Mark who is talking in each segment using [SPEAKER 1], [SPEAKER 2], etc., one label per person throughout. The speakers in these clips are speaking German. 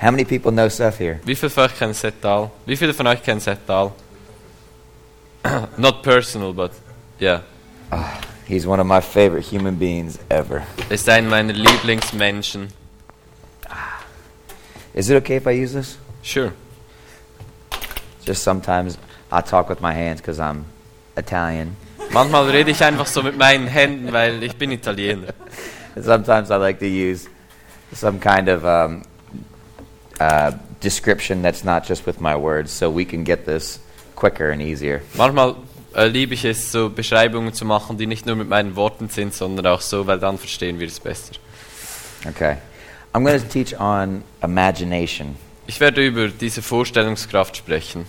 [SPEAKER 1] How many people know Seth here?
[SPEAKER 2] Wie viele von euch kennen Setal? Wie viele von euch kennen Setal? Not personal, but yeah.
[SPEAKER 1] He's one of my favorite human beings ever.
[SPEAKER 2] Ist ein meiner Lieblingsmenschen.
[SPEAKER 1] Is it okay if I use this?
[SPEAKER 2] Sure.
[SPEAKER 1] Just sometimes I talk with my hands because I'm Italian.
[SPEAKER 2] Manchmal rede ich einfach so mit meinen Händen, weil ich bin Italiener.
[SPEAKER 1] And sometimes I like to use some kind of um, uh, description that's not just with my words so we can get this quicker and easier.
[SPEAKER 2] Manchmal äh, liebe ich es, so Beschreibungen zu machen, die nicht nur mit meinen Worten sind, sondern auch so, weil dann verstehen wir es besser.
[SPEAKER 1] Okay. I'm going to teach on imagination.
[SPEAKER 2] Ich werde über diese Vorstellungskraft sprechen.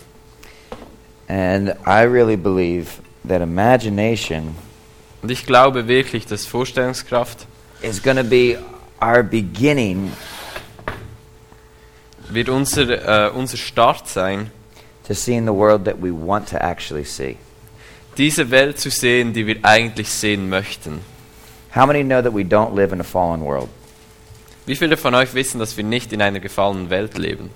[SPEAKER 1] And I really believe that imagination
[SPEAKER 2] Und ich glaube wirklich, dass Vorstellungskraft
[SPEAKER 1] is going to be our beginning
[SPEAKER 2] wird unser, äh, unser Start sein,
[SPEAKER 1] to seeing the world that we want to actually see.
[SPEAKER 2] diese Welt zu sehen, die wir eigentlich sehen möchten.
[SPEAKER 1] How many know that we don't live in a fallen world?
[SPEAKER 2] Wie viele von euch wissen, dass wir nicht in einer gefallenen Welt leben?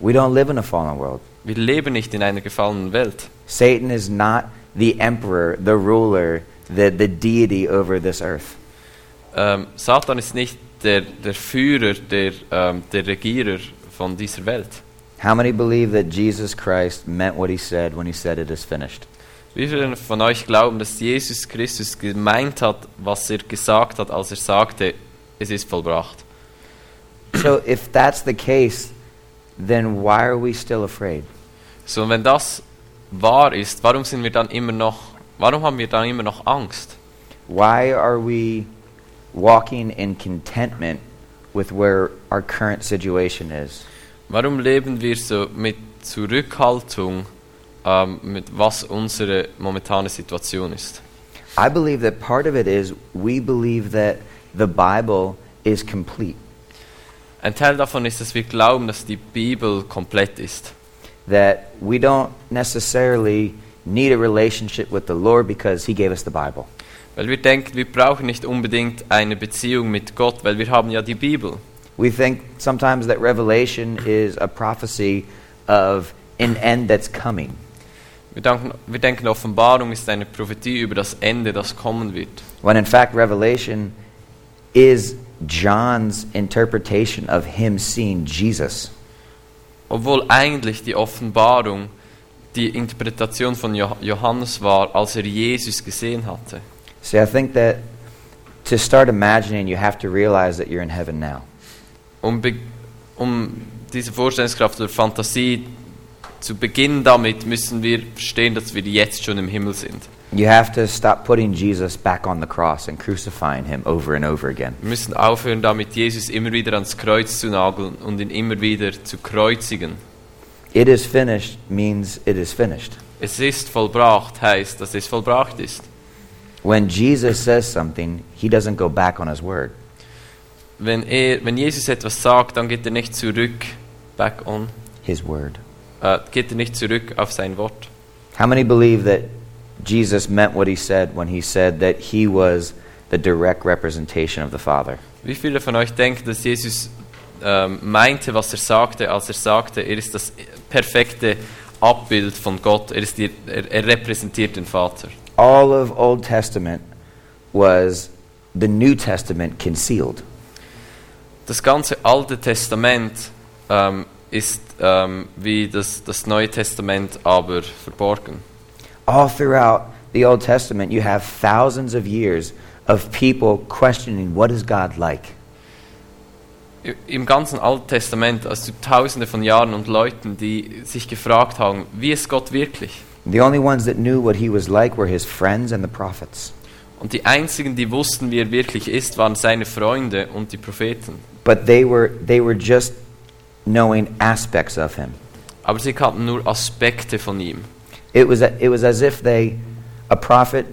[SPEAKER 1] We don't live in a fallen world.
[SPEAKER 2] Wir leben nicht in einer gefallenen Welt.
[SPEAKER 1] Satan is not the emperor, the ruler, the, the deity over this earth.
[SPEAKER 2] Ähm, Satan ist nicht der, der Führer, der, ähm, der Regierer von dieser Welt.
[SPEAKER 1] How many believe that Jesus Christ meant what he said when he said it is finished?
[SPEAKER 2] Wie viele von euch glauben, dass Jesus Christus gemeint hat, was er gesagt hat, als er sagte, es ist vollbracht?
[SPEAKER 1] so if that's the case, then why are we still afraid?
[SPEAKER 2] So, und wenn das wahr ist, warum sind wir dann immer noch, warum haben wir dann immer noch Angst?
[SPEAKER 1] Why are we walking in contentment with where our current situation is?
[SPEAKER 2] Warum leben wir so mit Zurückhaltung, ähm, mit was unsere momentane Situation ist?
[SPEAKER 1] I believe that part of it is we believe that the Bible is complete,
[SPEAKER 2] Ein Teil davon ist, dass wir glauben, dass die Bibel komplett ist.
[SPEAKER 1] that we don't necessarily need a relationship with the Lord because He gave us the Bible.
[SPEAKER 2] Weil wir denken, wir brauchen nicht unbedingt eine Beziehung mit Gott, weil wir haben ja die Bibel.
[SPEAKER 1] We think sometimes that Revelation is a prophecy of an end that's coming.
[SPEAKER 2] Wir denken, wir denken, Offenbarung ist eine Prophetie über das Ende, das kommen wird.
[SPEAKER 1] When in fact, Revelation is John's interpretation of him seeing Jesus.
[SPEAKER 2] Obwohl eigentlich die Offenbarung die Interpretation von Jo- Johannes war, als er Jesus gesehen hatte.
[SPEAKER 1] See, I think that to start imagining, you have to realize that you're in heaven now.
[SPEAKER 2] Um, be- um diese Vorstellungskraft oder Fantasie zu beginnen damit, müssen wir verstehen, dass wir jetzt schon im Himmel sind.
[SPEAKER 1] You have to stop putting Jesus back on the cross and crucifying him over and over again.
[SPEAKER 2] Wir müssen aufhören, damit Jesus immer wieder ans Kreuz zu nageln und ihn immer wieder zu kreuzigen.
[SPEAKER 1] It is finished means it is finished.
[SPEAKER 2] Es ist vollbracht heißt, dass es vollbracht ist.
[SPEAKER 1] When Jesus says something, he doesn't go back on his word.
[SPEAKER 2] Wenn, er, wenn Jesus etwas sagt, dann geht er nicht zurück, back on,
[SPEAKER 1] His word.
[SPEAKER 2] äh, geht er nicht zurück auf sein Wort.
[SPEAKER 1] How many believe that Jesus meant what he said when he said that he was the direct representation of the Father?
[SPEAKER 2] Wie viele von euch denken, dass Jesus ähm, meinte, was er sagte, als er sagte, er ist das perfekte Abbild von Gott, er, ist die, er, er repräsentiert den Vater.
[SPEAKER 1] All of Old Testament was the New Testament concealed.
[SPEAKER 2] Das ganze Alte Testament ähm, ist ähm, wie das, das Neue Testament, aber verborgen.
[SPEAKER 1] All throughout the Old Testament, you have thousands of years of people questioning what is God like?
[SPEAKER 2] I- Im ganzen Alten Testament, also tausende von Jahren und Leuten, die sich gefragt haben, wie ist Gott wirklich?
[SPEAKER 1] The only ones that knew what he was like were his friends and the prophets.
[SPEAKER 2] Und die einzigen, die wussten, wie er wirklich ist, waren seine Freunde und die Propheten.
[SPEAKER 1] But they were, they were just knowing aspects of him.
[SPEAKER 2] Aber sie kannten nur Aspekte von ihm.
[SPEAKER 1] It was, it was as if they, a prophet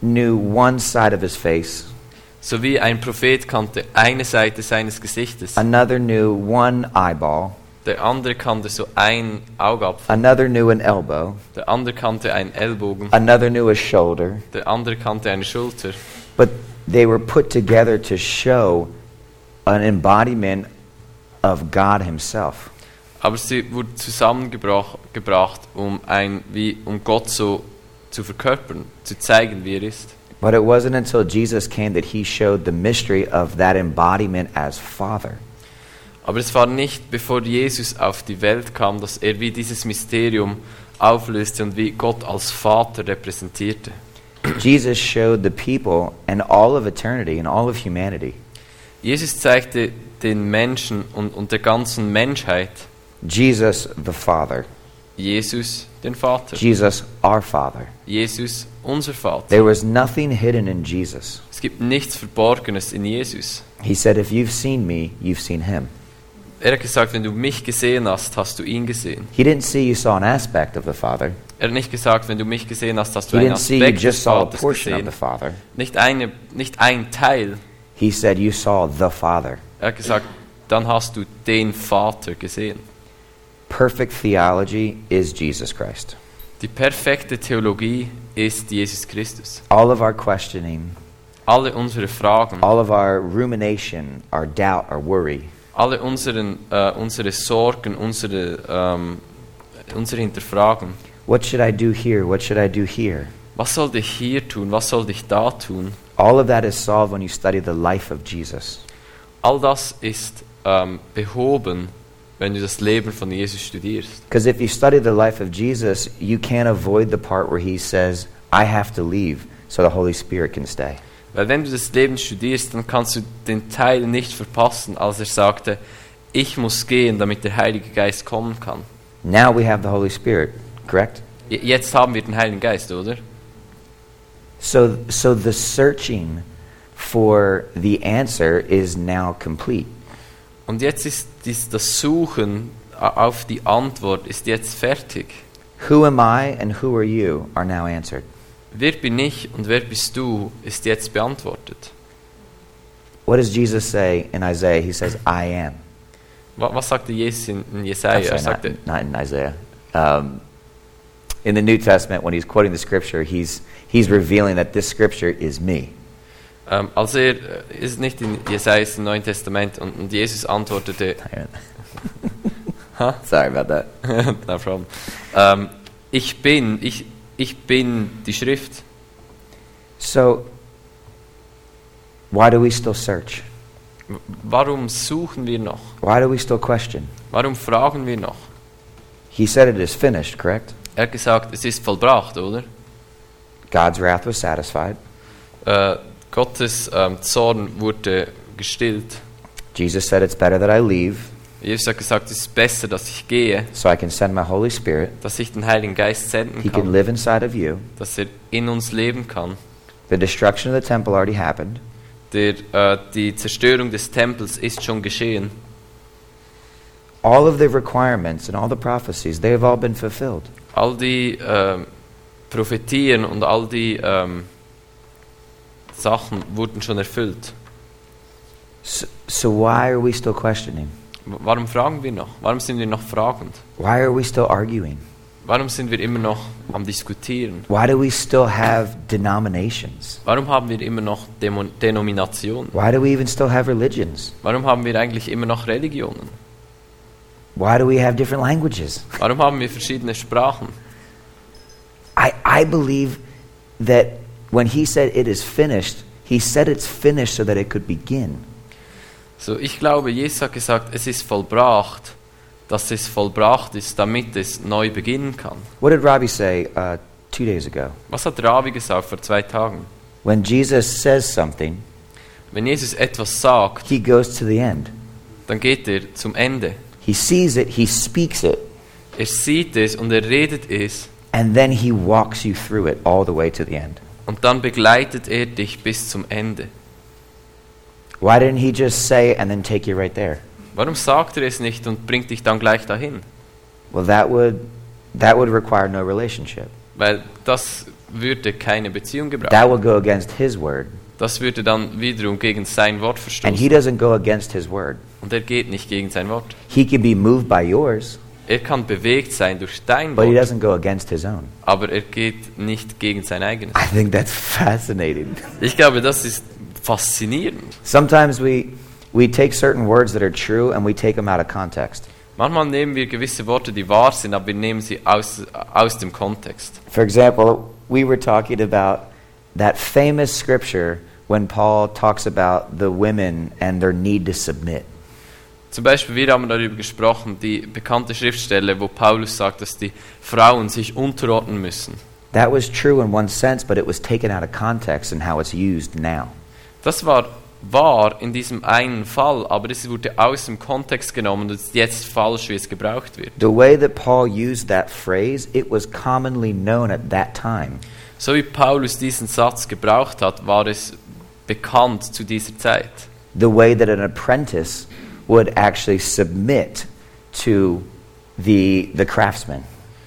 [SPEAKER 1] knew one side of his face,
[SPEAKER 2] So wie ein Prophet kannte eine Seite seines Gesichtes,
[SPEAKER 1] another knew one eyeball,
[SPEAKER 2] der andere kannte so ein Augapfel,
[SPEAKER 1] another knew an elbow,
[SPEAKER 2] der andere kannte einen Ellbogen,
[SPEAKER 1] another knew a shoulder,
[SPEAKER 2] der andere kannte eine Schulter.
[SPEAKER 1] but they were put together to show an embodiment of God Himself.
[SPEAKER 2] Aber sie wurde zusammengebracht, um, ein, wie, um Gott so zu verkörpern, zu zeigen, wie er ist.
[SPEAKER 1] But it wasn't until Jesus came that He showed the mystery of that embodiment as Father.
[SPEAKER 2] Aber es war nicht, bevor Jesus auf die Welt kam, dass er wie dieses Mysterium auflöste und wie Gott als Vater repräsentierte.
[SPEAKER 1] Jesus showed the people and all of eternity and all of humanity
[SPEAKER 2] Jesus zeigte den Menschen und, und der ganzen Menschheit
[SPEAKER 1] Jesus the Father,
[SPEAKER 2] Jesus, den Vater.
[SPEAKER 1] Jesus our Father.
[SPEAKER 2] Jesus, unser Vater.
[SPEAKER 1] There was nothing hidden in Jesus.
[SPEAKER 2] Es gibt nichts Verborgenes in Jesus.
[SPEAKER 1] He said, If you've seen me, you've seen Him.
[SPEAKER 2] Er hat gesagt, wenn du mich gesehen hast, hast du ihn gesehen.
[SPEAKER 1] He didn't see you saw an aspect of the Father,
[SPEAKER 2] Er hat nicht gesagt, wenn du mich gesehen hast, hast du
[SPEAKER 1] He
[SPEAKER 2] einen
[SPEAKER 1] didn't see you
[SPEAKER 2] Aspekt
[SPEAKER 1] just
[SPEAKER 2] des
[SPEAKER 1] saw a
[SPEAKER 2] Vaters
[SPEAKER 1] portion of the
[SPEAKER 2] gesehen.
[SPEAKER 1] Father.
[SPEAKER 2] Nicht, eine, nicht ein Teil.
[SPEAKER 1] He said, You saw the Father.
[SPEAKER 2] Er hat gesagt, dann hast du den Vater gesehen.
[SPEAKER 1] Perfect theology is Jesus Christ.
[SPEAKER 2] Die perfekte Theologie ist Jesus Christus.
[SPEAKER 1] All of our questioning,
[SPEAKER 2] Alle unsere Fragen,
[SPEAKER 1] all of our rumination, our doubt, our worry,
[SPEAKER 2] alle unseren, äh, unsere Sorgen, unsere, ähm, unsere Hinterfragen.
[SPEAKER 1] what should I do here? What should I do here?
[SPEAKER 2] Was sollte ich hier tun? Was sollte ich da tun?
[SPEAKER 1] All of that is solved when you study the life of Jesus.
[SPEAKER 2] All das ist ähm, behoben, wenn du das Leben von Jesus studierst.
[SPEAKER 1] Because if you study the life of Jesus, you can't avoid the part where he says, I have to leave so the Holy Spirit can stay.
[SPEAKER 2] Weil wenn du das Leben studierst, dann kannst du den Teil nicht verpassen, als er sagte, ich muss gehen, damit der Heilige Geist kommen kann.
[SPEAKER 1] Now we have the Holy Spirit, correct?
[SPEAKER 2] J- Jetzt haben wir den Heiligen Geist, oder?
[SPEAKER 1] So, so the searching for the answer is now complete.
[SPEAKER 2] Und jetzt ist dies, das Suchen a- auf die Antwort ist jetzt fertig.
[SPEAKER 1] Who am I and who are you are now answered.
[SPEAKER 2] Wer bin ich und wer bist du, ist jetzt beantwortet.
[SPEAKER 1] What does Jesus say in Isaiah? He says, I am.
[SPEAKER 2] Wa- Was sagte Jesus in in
[SPEAKER 1] I'm
[SPEAKER 2] Jesaja? Er
[SPEAKER 1] sorry,
[SPEAKER 2] sagte,
[SPEAKER 1] not, not in Isaiah. Um, in the New Testament, when he's quoting the scripture, he's, he's revealing that this scripture is me.
[SPEAKER 2] Ähm, also er äh, ist nicht in Jesaja ist im Neuen Testament und, und Jesus antwortete, Huh?
[SPEAKER 1] Sorry about that.
[SPEAKER 2] no problem. Ähm, ich bin, ich, ich bin die Schrift.
[SPEAKER 1] So, why do we still search?
[SPEAKER 2] W- Warum suchen wir noch?
[SPEAKER 1] Why do we still question?
[SPEAKER 2] Warum fragen wir noch?
[SPEAKER 1] He said it is finished, correct?
[SPEAKER 2] Er hat gesagt, es ist vollbracht, oder?
[SPEAKER 1] God's wrath was satisfied.
[SPEAKER 2] Äh, Gottes ähm, Zorn wurde gestillt.
[SPEAKER 1] Jesus said, It's better that I leave
[SPEAKER 2] Jesus hat gesagt, es ist besser, dass ich gehe,
[SPEAKER 1] so I can send my Holy Spirit.
[SPEAKER 2] dass ich den Heiligen Geist senden
[SPEAKER 1] He can
[SPEAKER 2] kann,
[SPEAKER 1] live inside of you.
[SPEAKER 2] dass er in uns leben kann.
[SPEAKER 1] The destruction of the temple already happened.
[SPEAKER 2] Der, äh, die Zerstörung des Tempels ist schon geschehen.
[SPEAKER 1] All of the requirements and all the prophecies, they have all been fulfilled.
[SPEAKER 2] all die ähm, Prophetien und all die ähm, Sachen wurden schon erfüllt.
[SPEAKER 1] So, so why are we still questioning?
[SPEAKER 2] W- Warum fragen wir noch? Warum sind wir noch fragend?
[SPEAKER 1] Why are we still arguing?
[SPEAKER 2] Warum sind wir immer noch am Diskutieren?
[SPEAKER 1] Why do we still have denominations?
[SPEAKER 2] Warum haben wir immer noch Demo Denominationen?
[SPEAKER 1] Why do we even still have religions?
[SPEAKER 2] Warum haben wir eigentlich immer noch Religionen?
[SPEAKER 1] Why do we have different languages?
[SPEAKER 2] Warum haben wir verschiedene Sprachen?
[SPEAKER 1] I, I believe that when he said it is finished, he said it's finished so that it could begin.
[SPEAKER 2] So, ich glaube, Jesus hat gesagt, es ist vollbracht, dass es vollbracht ist, damit es neu beginnen kann.
[SPEAKER 1] What did Robbie say uh, two days ago?
[SPEAKER 2] Was hat Ravi gesagt vor zwei Tagen?
[SPEAKER 1] When Jesus says something,
[SPEAKER 2] Wenn Jesus etwas sagt,
[SPEAKER 1] he goes to the end.
[SPEAKER 2] dann geht er zum Ende.
[SPEAKER 1] He sees it, he speaks it,
[SPEAKER 2] Er sieht es und er redet es
[SPEAKER 1] and then he walks you through it all the way to the end.
[SPEAKER 2] und dann begleitet er dich bis zum Ende.
[SPEAKER 1] Why didn't he just say and then take you right there?
[SPEAKER 2] Warum sagt er es nicht und bringt dich dann gleich dahin?
[SPEAKER 1] Well, that would, that would require no relationship.
[SPEAKER 2] Weil das würde keine Beziehung gebrauchen.
[SPEAKER 1] That would go against his word.
[SPEAKER 2] Das würde dann wiederum gegen sein Wort
[SPEAKER 1] And he
[SPEAKER 2] verstoßen.
[SPEAKER 1] doesn't go against his word.
[SPEAKER 2] Und er geht nicht gegen sein Wort.
[SPEAKER 1] He can be moved by yours,
[SPEAKER 2] Er kann bewegt sein durch dein
[SPEAKER 1] but he
[SPEAKER 2] Wort,
[SPEAKER 1] doesn't go against his own.
[SPEAKER 2] aber er geht nicht gegen sein eigenes.
[SPEAKER 1] I think that's fascinating.
[SPEAKER 2] Ich glaube, das ist faszinierend.
[SPEAKER 1] Sometimes we, we take certain words that are true and we take them out of context.
[SPEAKER 2] Manchmal nehmen wir gewisse Worte, die wahr sind, aber wir nehmen sie aus, aus dem Kontext.
[SPEAKER 1] For example, we were talking about that famous scripture when Paul talks about the women and their need to submit.
[SPEAKER 2] Zum Beispiel, wir haben darüber gesprochen, die bekannte Schriftstelle, wo Paulus sagt, dass die Frauen sich unterordnen müssen.
[SPEAKER 1] That was true in one sense, but it was taken out of context and how it's used now.
[SPEAKER 2] Das war wahr in diesem einen Fall, aber es wurde aus dem Kontext genommen und ist jetzt falsch, wie es gebraucht wird.
[SPEAKER 1] The way that Paul used that phrase, it was commonly known at that time.
[SPEAKER 2] So wie Paulus diesen Satz gebraucht hat, war es bekannt zu dieser Zeit.
[SPEAKER 1] The way that an apprentice would actually submit to the, the craftsman.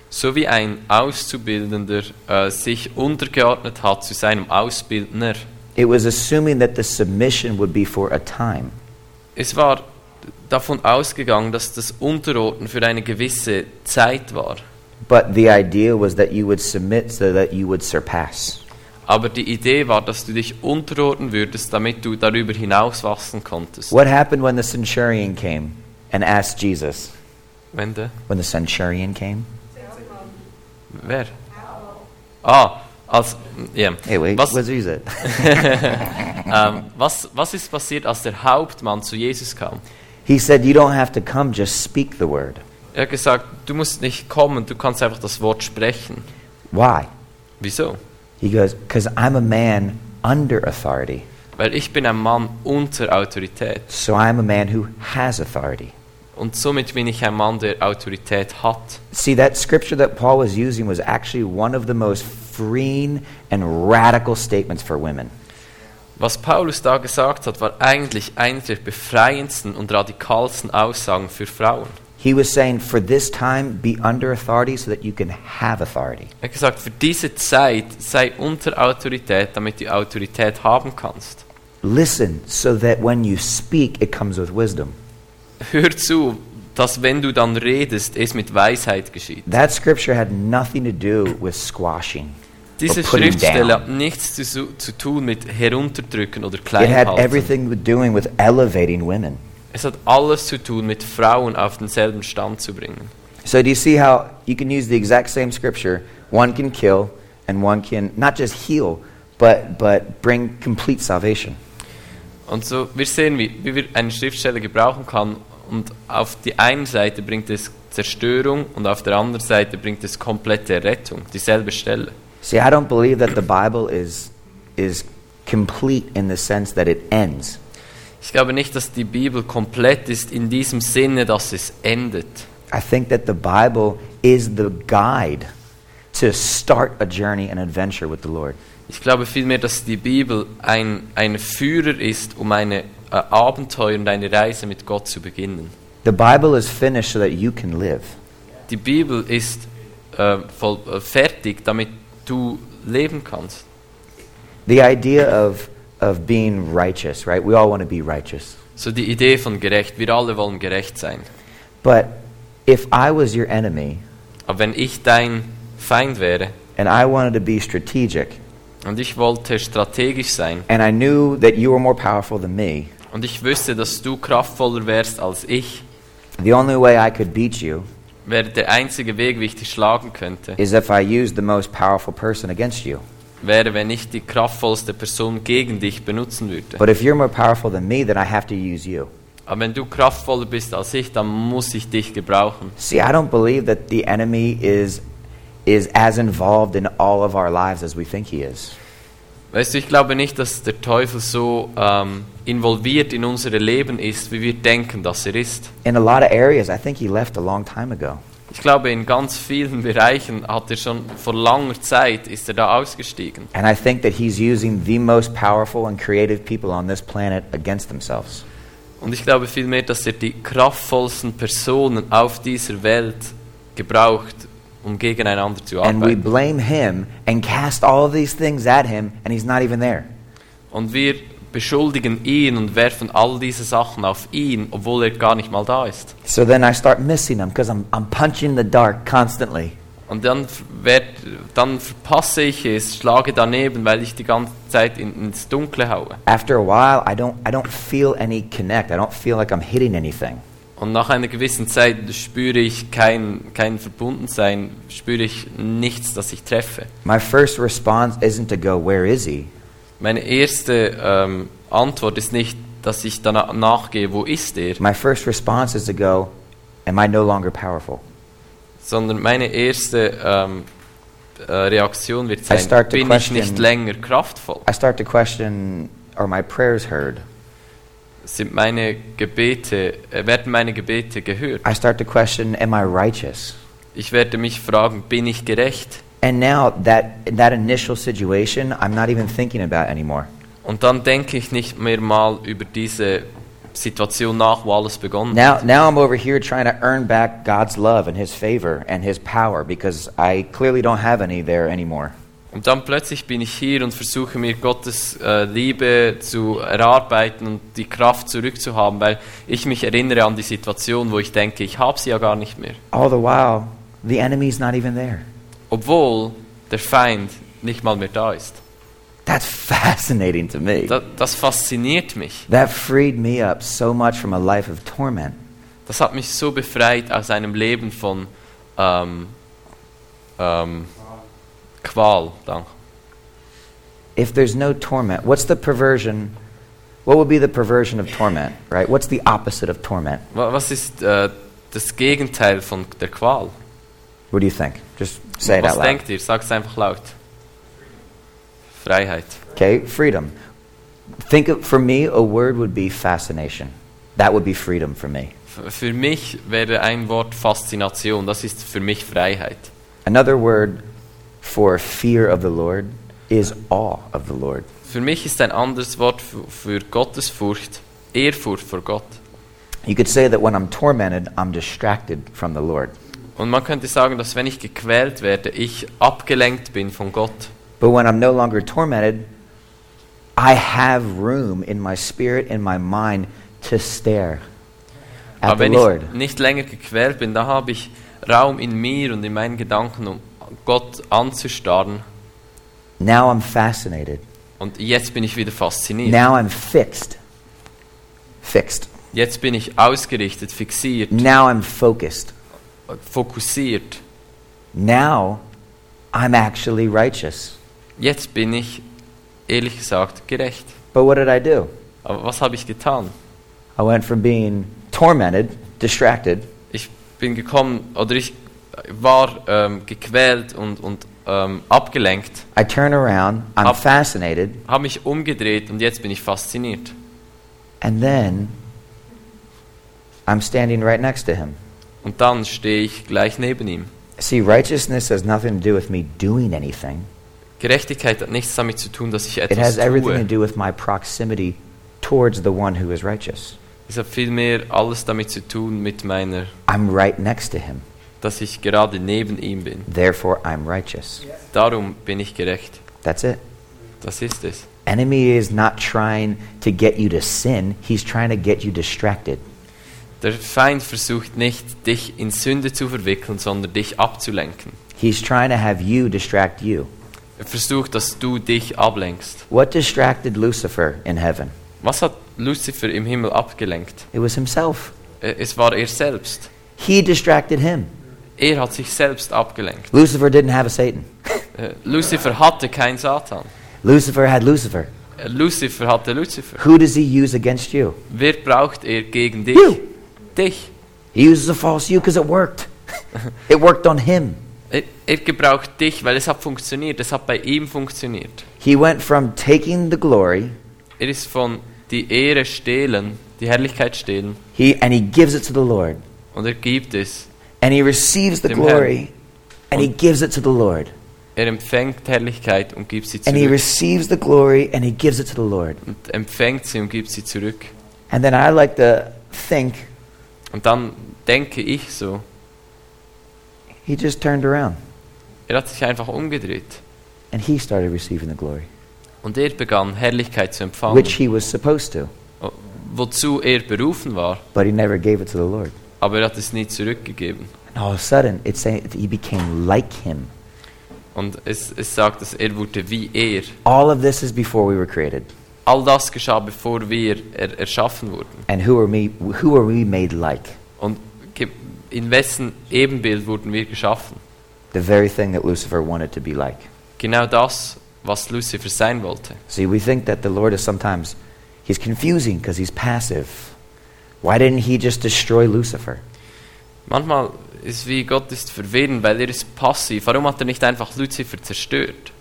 [SPEAKER 2] So wie ein Auszubildender äh, sich untergeordnet hat zu seinem Ausbildner.
[SPEAKER 1] It was assuming that the submission would be for a time.
[SPEAKER 2] Es war davon ausgegangen, dass das Unterordnen für eine gewisse Zeit war.
[SPEAKER 1] But the idea was that you would submit so that you would surpass.
[SPEAKER 2] Aber die Idee war, dass du dich unterordnen würdest, damit du darüber hinauswachsen konntest.
[SPEAKER 1] What happened when the centurion came and asked Jesus?
[SPEAKER 2] Wenn der,
[SPEAKER 1] When the centurion came?
[SPEAKER 2] wer? Ah, als, ja.
[SPEAKER 1] Hey, wait,
[SPEAKER 2] was,
[SPEAKER 1] was is it?
[SPEAKER 2] ähm, was, was ist passiert, als der Hauptmann zu Jesus kam?
[SPEAKER 1] He said, You don't have to come, just speak the word.
[SPEAKER 2] Er hat gesagt, du musst nicht kommen, du kannst einfach das Wort sprechen.
[SPEAKER 1] Why?
[SPEAKER 2] Wieso?
[SPEAKER 1] He goes, Because I'm a man under authority,
[SPEAKER 2] Weil ich bin ein Mann unter Autorität.
[SPEAKER 1] so I'm a man who has authority.
[SPEAKER 2] Und somit bin ich ein Mann, der Autorität hat.
[SPEAKER 1] See, that scripture that Paul was using was actually one of the most freeing and radical statements for women.
[SPEAKER 2] Was Paulus da gesagt hat, war eigentlich eine der befreiendsten und radikalsten Aussagen für Frauen.
[SPEAKER 1] He was saying, For this time, be under authority so that you can have authority.
[SPEAKER 2] Er hat gesagt, für diese Zeit sei unter Autorität, damit du Autorität haben kannst.
[SPEAKER 1] Listen so that when you speak, it comes with wisdom.
[SPEAKER 2] Hör zu, dass wenn du dann redest, es mit Weisheit geschieht.
[SPEAKER 1] That scripture had nothing to do with squashing.
[SPEAKER 2] Diese
[SPEAKER 1] or putting
[SPEAKER 2] Schriftstelle
[SPEAKER 1] down.
[SPEAKER 2] hat nichts zu, su- zu tun mit herunterdrücken oder
[SPEAKER 1] It had
[SPEAKER 2] kleinhalten.
[SPEAKER 1] everything to doing with elevating women.
[SPEAKER 2] Es hat alles zu tun, mit Frauen auf denselben Stand zu bringen.
[SPEAKER 1] So do you see how you can use the exact same scripture? One can kill, and one can not just heal, but but bring complete salvation.
[SPEAKER 2] Und so, wir sehen, wie, wie wir eine Schriftstelle gebrauchen kann. Und auf die einen Seite bringt es Zerstörung und auf der anderen Seite bringt es komplette Rettung, dieselbe Stelle.
[SPEAKER 1] See, I don't believe that the Bible is is complete in the sense that it ends.
[SPEAKER 2] Ich glaube nicht, dass die Bibel komplett ist in diesem Sinne, dass es endet.
[SPEAKER 1] I think that the Bible is the guide to start a journey, an adventure with the Lord.
[SPEAKER 2] Ich glaube vielmehr, dass die Bibel ein, ein Führer ist, um eine äh, Abenteuer und eine Reise mit Gott zu beginnen.
[SPEAKER 1] The Bible is finished so that you can live.
[SPEAKER 2] Die Bibel ist äh, voll, äh, fertig, damit du leben kannst.
[SPEAKER 1] The idea of of being righteous, right? We all want to be righteous.
[SPEAKER 2] So die Idee von gerecht. Wir alle wollen gerecht sein.
[SPEAKER 1] But if I was your enemy
[SPEAKER 2] Aber wenn ich dein Feind wäre
[SPEAKER 1] and I wanted to be strategic,
[SPEAKER 2] und ich wollte strategisch sein
[SPEAKER 1] and I knew that you were more powerful than me,
[SPEAKER 2] und ich wüsste, dass du kraftvoller wärst als ich,
[SPEAKER 1] the only way I could beat you
[SPEAKER 2] wäre der einzige Weg, wie ich dich schlagen könnte,
[SPEAKER 1] is if I used the most powerful person against you.
[SPEAKER 2] wäre, wenn ich die kraftvollste Person gegen dich benutzen würde.
[SPEAKER 1] But if you're more powerful than me, then I have to use you.
[SPEAKER 2] Aber wenn du kraftvoller bist als ich, dann muss ich dich gebrauchen.
[SPEAKER 1] See, I don't believe that the enemy is is as involved in all of our lives as we think he is.
[SPEAKER 2] Weißt du, ich glaube nicht, dass der Teufel so ähm, involviert in unsere Leben ist, wie wir denken, dass er ist.
[SPEAKER 1] In a lot of areas, I think he left a long time ago.
[SPEAKER 2] Ich glaube, in ganz vielen Bereichen hat er schon vor langer Zeit ist er da ausgestiegen.
[SPEAKER 1] And I think that he's using the most powerful and creative people on this planet against themselves.
[SPEAKER 2] Und ich glaube vielmehr, dass er die kraftvollsten Personen auf dieser Welt gebraucht, um gegeneinander zu
[SPEAKER 1] And we
[SPEAKER 2] arbeiten.
[SPEAKER 1] blame him and cast all these things at him, and he's not even there.
[SPEAKER 2] Und wir beschuldigen ihn und werfen all diese Sachen auf ihn, obwohl er gar nicht mal da ist.
[SPEAKER 1] So then I start missing him because I'm, I'm punching the dark constantly.
[SPEAKER 2] Und dann, f- werd, dann verpasse ich es, schlage daneben, weil ich die ganze Zeit in, ins Dunkle haue.
[SPEAKER 1] After a while, I don't, I don't feel any connect. I don't feel like I'm hitting anything.
[SPEAKER 2] Und nach einer gewissen Zeit spüre ich kein, kein Verbundensein, spüre ich nichts, das ich treffe.
[SPEAKER 1] My first response isn't to go, Where is he?
[SPEAKER 2] Meine erste ähm, Antwort ist nicht, dass ich danach nachgehe, wo ist er,
[SPEAKER 1] My first response is to go, Am I no longer powerful?
[SPEAKER 2] sondern meine erste ähm, äh, Reaktion wird
[SPEAKER 1] I
[SPEAKER 2] sein,
[SPEAKER 1] start to
[SPEAKER 2] bin ich
[SPEAKER 1] question-
[SPEAKER 2] nicht länger kraftvoll?
[SPEAKER 1] I start to question, Are my prayers heard?
[SPEAKER 2] Sind meine Gebete, äh, werden meine Gebete gehört?
[SPEAKER 1] I start to question, Am I righteous?
[SPEAKER 2] Ich werde mich fragen, bin ich gerecht?
[SPEAKER 1] And now that, that initial situation, I'm not even thinking about anymore.
[SPEAKER 2] Und dann denke ich nicht mehr mal über diese Situation nach, wo alles begonnen
[SPEAKER 1] Now, now I'm over here trying to earn back God's love and His favor and His power because I clearly don't have any there anymore.
[SPEAKER 2] Und dann plötzlich bin ich hier und versuche mir Gottes äh, Liebe zu erarbeiten und die Kraft zurückzuhaben, weil ich mich erinnere an die Situation, wo ich denke, ich habe sie ja gar nicht mehr.
[SPEAKER 1] All the while, the enemy's not even there.
[SPEAKER 2] Obwohl der Feind nicht mal mehr da ist.
[SPEAKER 1] That's fascinating to me.
[SPEAKER 2] Das, das fasziniert mich.
[SPEAKER 1] That freed me up so much from a life of torment.
[SPEAKER 2] Das hat mich so befreit aus einem Leben von ähm, ähm, Qual. Danke.
[SPEAKER 1] If there's no torment, what's the perversion? What would be the perversion of torment, right? What's the opposite of torment?
[SPEAKER 2] Wa- Was ist äh, das Gegenteil von der Qual?
[SPEAKER 1] What do you think? Just say it
[SPEAKER 2] Was
[SPEAKER 1] out loud.
[SPEAKER 2] denkt ihr? Sagt es einfach laut. Freiheit.
[SPEAKER 1] Okay, freedom. Think of, for me, a word would be fascination. That would be freedom for me.
[SPEAKER 2] F- Für mich wäre ein Wort Faszination, das ist für mich Freiheit.
[SPEAKER 1] Another word for fear of the Lord is awe of the Lord.
[SPEAKER 2] Für mich ist ein anderes Wort f- für Gottesfurcht, Ehrfurcht vor Gott.
[SPEAKER 1] You could say that when I'm tormented, I'm distracted from the Lord.
[SPEAKER 2] Und man könnte sagen, dass wenn ich gequält werde, ich abgelenkt bin von Gott.
[SPEAKER 1] But when I'm no longer tormented, I have room in my spirit and my mind to stare at
[SPEAKER 2] Aber
[SPEAKER 1] the
[SPEAKER 2] wenn
[SPEAKER 1] Lord.
[SPEAKER 2] ich nicht länger gequält bin, da habe ich Raum in mir und in meinen Gedanken, um Gott anzustarren.
[SPEAKER 1] Now I'm fascinated.
[SPEAKER 2] Und jetzt bin ich wieder fasziniert.
[SPEAKER 1] Now I'm fixed. Fixed.
[SPEAKER 2] Jetzt bin ich ausgerichtet, fixiert,
[SPEAKER 1] Now I'm focused.
[SPEAKER 2] fokussiert.
[SPEAKER 1] Now I'm actually righteous.
[SPEAKER 2] Jetzt bin ich, ehrlich gesagt, gerecht.
[SPEAKER 1] But what did I do?
[SPEAKER 2] Aber was habe ich getan?
[SPEAKER 1] I went from being tormented, distracted,
[SPEAKER 2] Ich bin gekommen, oder ich war ähm, gequält und, und ähm, abgelenkt,
[SPEAKER 1] I turn around, I'm
[SPEAKER 2] Up.
[SPEAKER 1] fascinated,
[SPEAKER 2] habe mich umgedreht und jetzt bin ich fasziniert.
[SPEAKER 1] and then I'm standing right next to him.
[SPEAKER 2] Und dann stehe ich gleich neben ihm.
[SPEAKER 1] See, righteousness has nothing to do with me doing anything.
[SPEAKER 2] Gerechtigkeit hat nichts damit zu tun, dass ich
[SPEAKER 1] It
[SPEAKER 2] etwas
[SPEAKER 1] has everything to
[SPEAKER 2] tue.
[SPEAKER 1] do with my proximity towards the one who is righteous.
[SPEAKER 2] Es hat vielmehr alles damit zu tun mit meiner,
[SPEAKER 1] I'm right next to him.
[SPEAKER 2] dass ich gerade neben ihm bin.
[SPEAKER 1] Therefore, I'm righteous.
[SPEAKER 2] Darum bin ich gerecht.
[SPEAKER 1] That's it.
[SPEAKER 2] Das ist es.
[SPEAKER 1] Enemy is not trying to get you to sin. He's trying to get you distracted.
[SPEAKER 2] Der Feind versucht nicht, dich in Sünde zu verwickeln, sondern dich abzulenken.
[SPEAKER 1] He's trying to have you distract you.
[SPEAKER 2] Er versucht, dass du dich ablenkst.
[SPEAKER 1] What distracted Lucifer in heaven?
[SPEAKER 2] Was hat Lucifer im Himmel abgelenkt?
[SPEAKER 1] It was himself.
[SPEAKER 2] Äh, Es war er selbst.
[SPEAKER 1] He distracted him.
[SPEAKER 2] Er hat sich selbst abgelenkt.
[SPEAKER 1] Lucifer didn't have a Satan.
[SPEAKER 2] Äh, Lucifer hatte keinen Satan.
[SPEAKER 1] Lucifer had Lucifer.
[SPEAKER 2] Äh, Lucifer hatte Lucifer.
[SPEAKER 1] Who does he use against you?
[SPEAKER 2] Wer braucht er gegen dich?
[SPEAKER 1] You.
[SPEAKER 2] Dich.
[SPEAKER 1] He uses a false you because it worked. it worked on him.
[SPEAKER 2] Er, er gebraucht dich, weil es hat funktioniert. Es hat bei ihm funktioniert.
[SPEAKER 1] He went from taking the glory,
[SPEAKER 2] Er ist von die Ehre stehlen, die Herrlichkeit stehlen
[SPEAKER 1] he and he gives it to the Lord.
[SPEAKER 2] und er gibt es.
[SPEAKER 1] And he receives the
[SPEAKER 2] Dem
[SPEAKER 1] glory and he gives it to the Lord.
[SPEAKER 2] Er empfängt Herrlichkeit und gibt sie
[SPEAKER 1] And he
[SPEAKER 2] zurück.
[SPEAKER 1] receives the glory and he gives it to the Lord.
[SPEAKER 2] Und empfängt sie und gibt sie zurück.
[SPEAKER 1] And then I like to think
[SPEAKER 2] Und dann denke ich so,
[SPEAKER 1] he just turned around
[SPEAKER 2] er hat sich einfach umgedreht.
[SPEAKER 1] and he started receiving the glory,
[SPEAKER 2] Und er begann Herrlichkeit zu empfangen,
[SPEAKER 1] which he was supposed to,
[SPEAKER 2] o- wozu er berufen war,
[SPEAKER 1] but he never gave it to the Lord.
[SPEAKER 2] aber er hat es nie zurückgegeben.
[SPEAKER 1] And all of a sudden, it's saying that he became like him.
[SPEAKER 2] Und es, es sagt, dass er wurde wie er.
[SPEAKER 1] All of this is before we were created.
[SPEAKER 2] All das geschah, bevor wir er, erschaffen wurden.
[SPEAKER 1] And who are, me, who are we made like?
[SPEAKER 2] Und ge- in wessen Ebenbild wurden wir geschaffen?
[SPEAKER 1] The very thing that Lucifer wanted to be like.
[SPEAKER 2] Genau das, was Lucifer sein wollte.
[SPEAKER 1] See, we think that the Lord is sometimes, he's confusing because he's passive. Why didn't he just destroy Lucifer?
[SPEAKER 2] Manchmal ist wie Gott ist verwirrend, weil er ist passiv. Warum hat er nicht einfach Lucifer zerstört?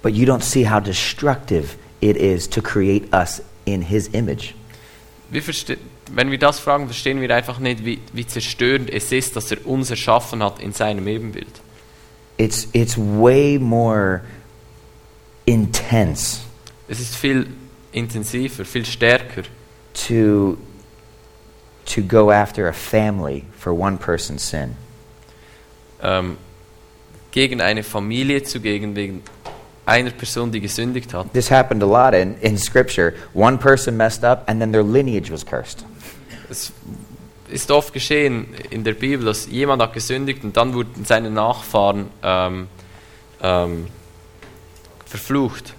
[SPEAKER 1] But you don't see how destructive it is to create us in his image.
[SPEAKER 2] Wir verste- wenn wir das fragen, verstehen wir einfach nicht, wie, wie zerstörend es ist, dass er uns erschaffen hat in seinem Ebenbild.
[SPEAKER 1] It's, it's way more intense
[SPEAKER 2] Es ist viel intensiver, viel stärker,
[SPEAKER 1] to, to go after a family for one person's sin
[SPEAKER 2] ähm, gegen eine Familie zu gehen, wegen einer Person, die gesündigt hat.
[SPEAKER 1] This happened a lot in, in Scripture. One person messed up, and then their lineage was cursed.
[SPEAKER 2] Es ist oft geschehen in der Bibel, dass jemand hat gesündigt und dann wurden seine Nachfahren ähm, ähm, verflucht.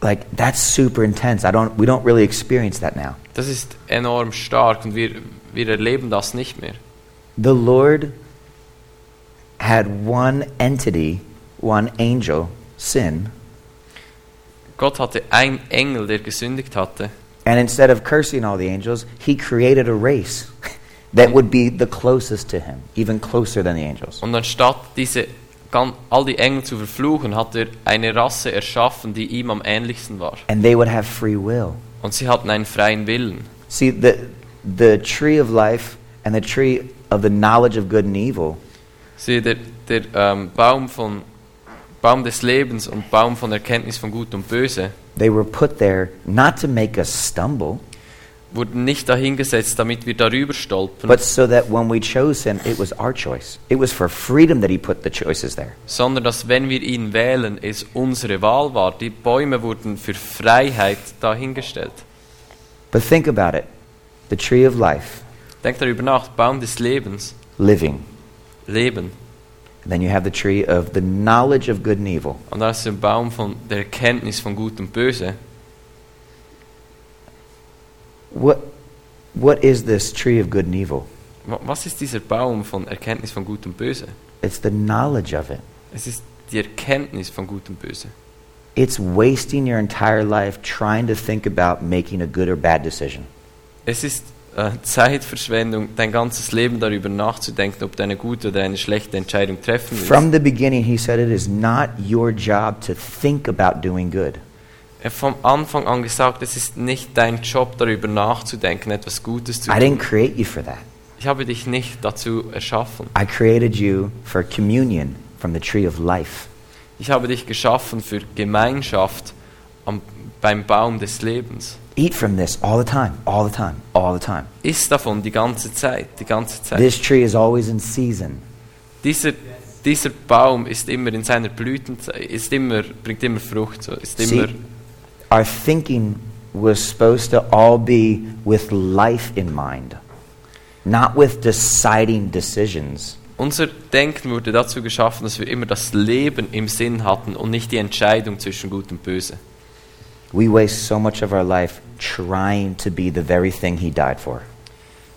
[SPEAKER 1] Like that's super intense. I don't. We don't really experience that now.
[SPEAKER 2] Das ist enorm stark und wir, wir erleben das nicht mehr.
[SPEAKER 1] The Lord had one entity, one angel, sin,
[SPEAKER 2] Gott hatte einen Engel, der gesündigt hatte.
[SPEAKER 1] and instead of cursing all the angels, He created a race that would be the closest to Him, even closer than the angels.
[SPEAKER 2] Und anstatt diese, gan- all die Engel zu verfluchen, hat er eine Rasse erschaffen, die ihm am ähnlichsten war.
[SPEAKER 1] And they would have free will.
[SPEAKER 2] Und sie hatten einen freien Willen.
[SPEAKER 1] See the the tree of life and the tree of the knowledge of good and evil
[SPEAKER 2] Sie, der der ähm, Baum, von, Baum des Lebens und Baum von Erkenntnis von Gut und Böse
[SPEAKER 1] They were put there not to make us stumble,
[SPEAKER 2] wurden nicht dahingesetzt, damit wir darüber stolpern,
[SPEAKER 1] but so that when we chose him, it was our choice. It was for freedom that he put the choices there.
[SPEAKER 2] sondern dass, wenn wir ihn wählen, es unsere Wahl war. Die Bäume wurden für Freiheit dahingestellt.
[SPEAKER 1] But think about it the tree of life,
[SPEAKER 2] Denkt darüber nach, Baum des Lebens,
[SPEAKER 1] living.
[SPEAKER 2] Leben.
[SPEAKER 1] And then you have the tree of the knowledge of good and evil.
[SPEAKER 2] Und das ist der Baum von der Erkenntnis von Gut und Böse.
[SPEAKER 1] What, what is this tree of good and evil?
[SPEAKER 2] Wa- Was ist dieser Baum von Erkenntnis von Gut und Böse?
[SPEAKER 1] It's the knowledge of it.
[SPEAKER 2] Es ist die Erkenntnis von Gut und Böse.
[SPEAKER 1] It's wasting your entire life trying to think about making a good or bad decision.
[SPEAKER 2] Es ist äh, Zeitverschwendung, dein ganzes Leben darüber nachzudenken, ob du eine gute oder eine schlechte Entscheidung treffen willst.
[SPEAKER 1] From the beginning, he said it is not your job to think about doing good.
[SPEAKER 2] Er hat vom Anfang an gesagt, es ist nicht dein Job, darüber nachzudenken, etwas Gutes zu
[SPEAKER 1] I
[SPEAKER 2] tun.
[SPEAKER 1] didn't create you for that.
[SPEAKER 2] Ich habe dich nicht dazu erschaffen.
[SPEAKER 1] I created you for communion from the tree of life.
[SPEAKER 2] Ich habe dich geschaffen für Gemeinschaft am, beim Baum des Lebens.
[SPEAKER 1] Eat from this all the time, all the time, all the time.
[SPEAKER 2] Iss davon die ganze Zeit, die ganze Zeit.
[SPEAKER 1] This tree is always in season.
[SPEAKER 2] dieser, dieser Baum ist immer in seiner Blütenzeit, ist immer, bringt immer Frucht, so, ist immer.
[SPEAKER 1] See, our thinking was supposed to all be with life in mind, not with deciding decisions.
[SPEAKER 2] Unser Denken wurde dazu geschaffen, dass wir immer das Leben im Sinn hatten und nicht die Entscheidung zwischen Gut und Böse.
[SPEAKER 1] We waste so much of our life trying to be the very thing He died for.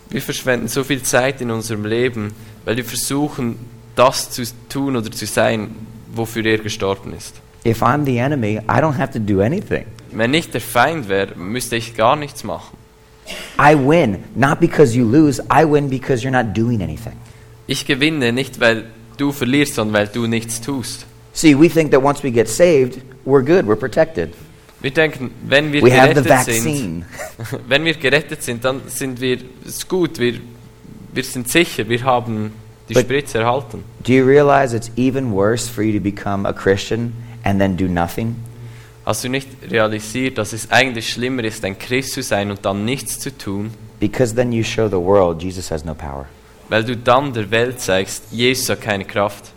[SPEAKER 2] Wir verschwenden so viel Zeit in unserem Leben, weil wir versuchen, das zu tun oder zu sein, wofür er gestorben ist.
[SPEAKER 1] If I'm the enemy, I don't have to do anything.
[SPEAKER 2] Wenn ich der Feind wäre, müsste ich gar nichts machen.
[SPEAKER 1] I win, not because you lose, I win because you're not doing anything.
[SPEAKER 2] Ich gewinne nicht, weil du verlierst, sondern weil du nichts tust.
[SPEAKER 1] See, we think that once we get saved, we're good, we're protected.
[SPEAKER 2] Wir denken, wenn wir
[SPEAKER 1] We have the
[SPEAKER 2] gerettet sind,
[SPEAKER 1] vaccine.
[SPEAKER 2] wenn wir gerettet sind, dann sind wir es gut, wir, wir sind sicher, wir haben die
[SPEAKER 1] But-
[SPEAKER 2] Spritze erhalten.
[SPEAKER 1] Do you realize it's even worse for you to become a Christian and then do nothing?
[SPEAKER 2] Hast du nicht realisiert, dass es eigentlich schlimmer ist, ein Christ zu sein und dann nichts zu tun,
[SPEAKER 1] Because then you show the world Jesus has no power.
[SPEAKER 2] weil du dann der Welt zeigst, Jesus hat keine Kraft.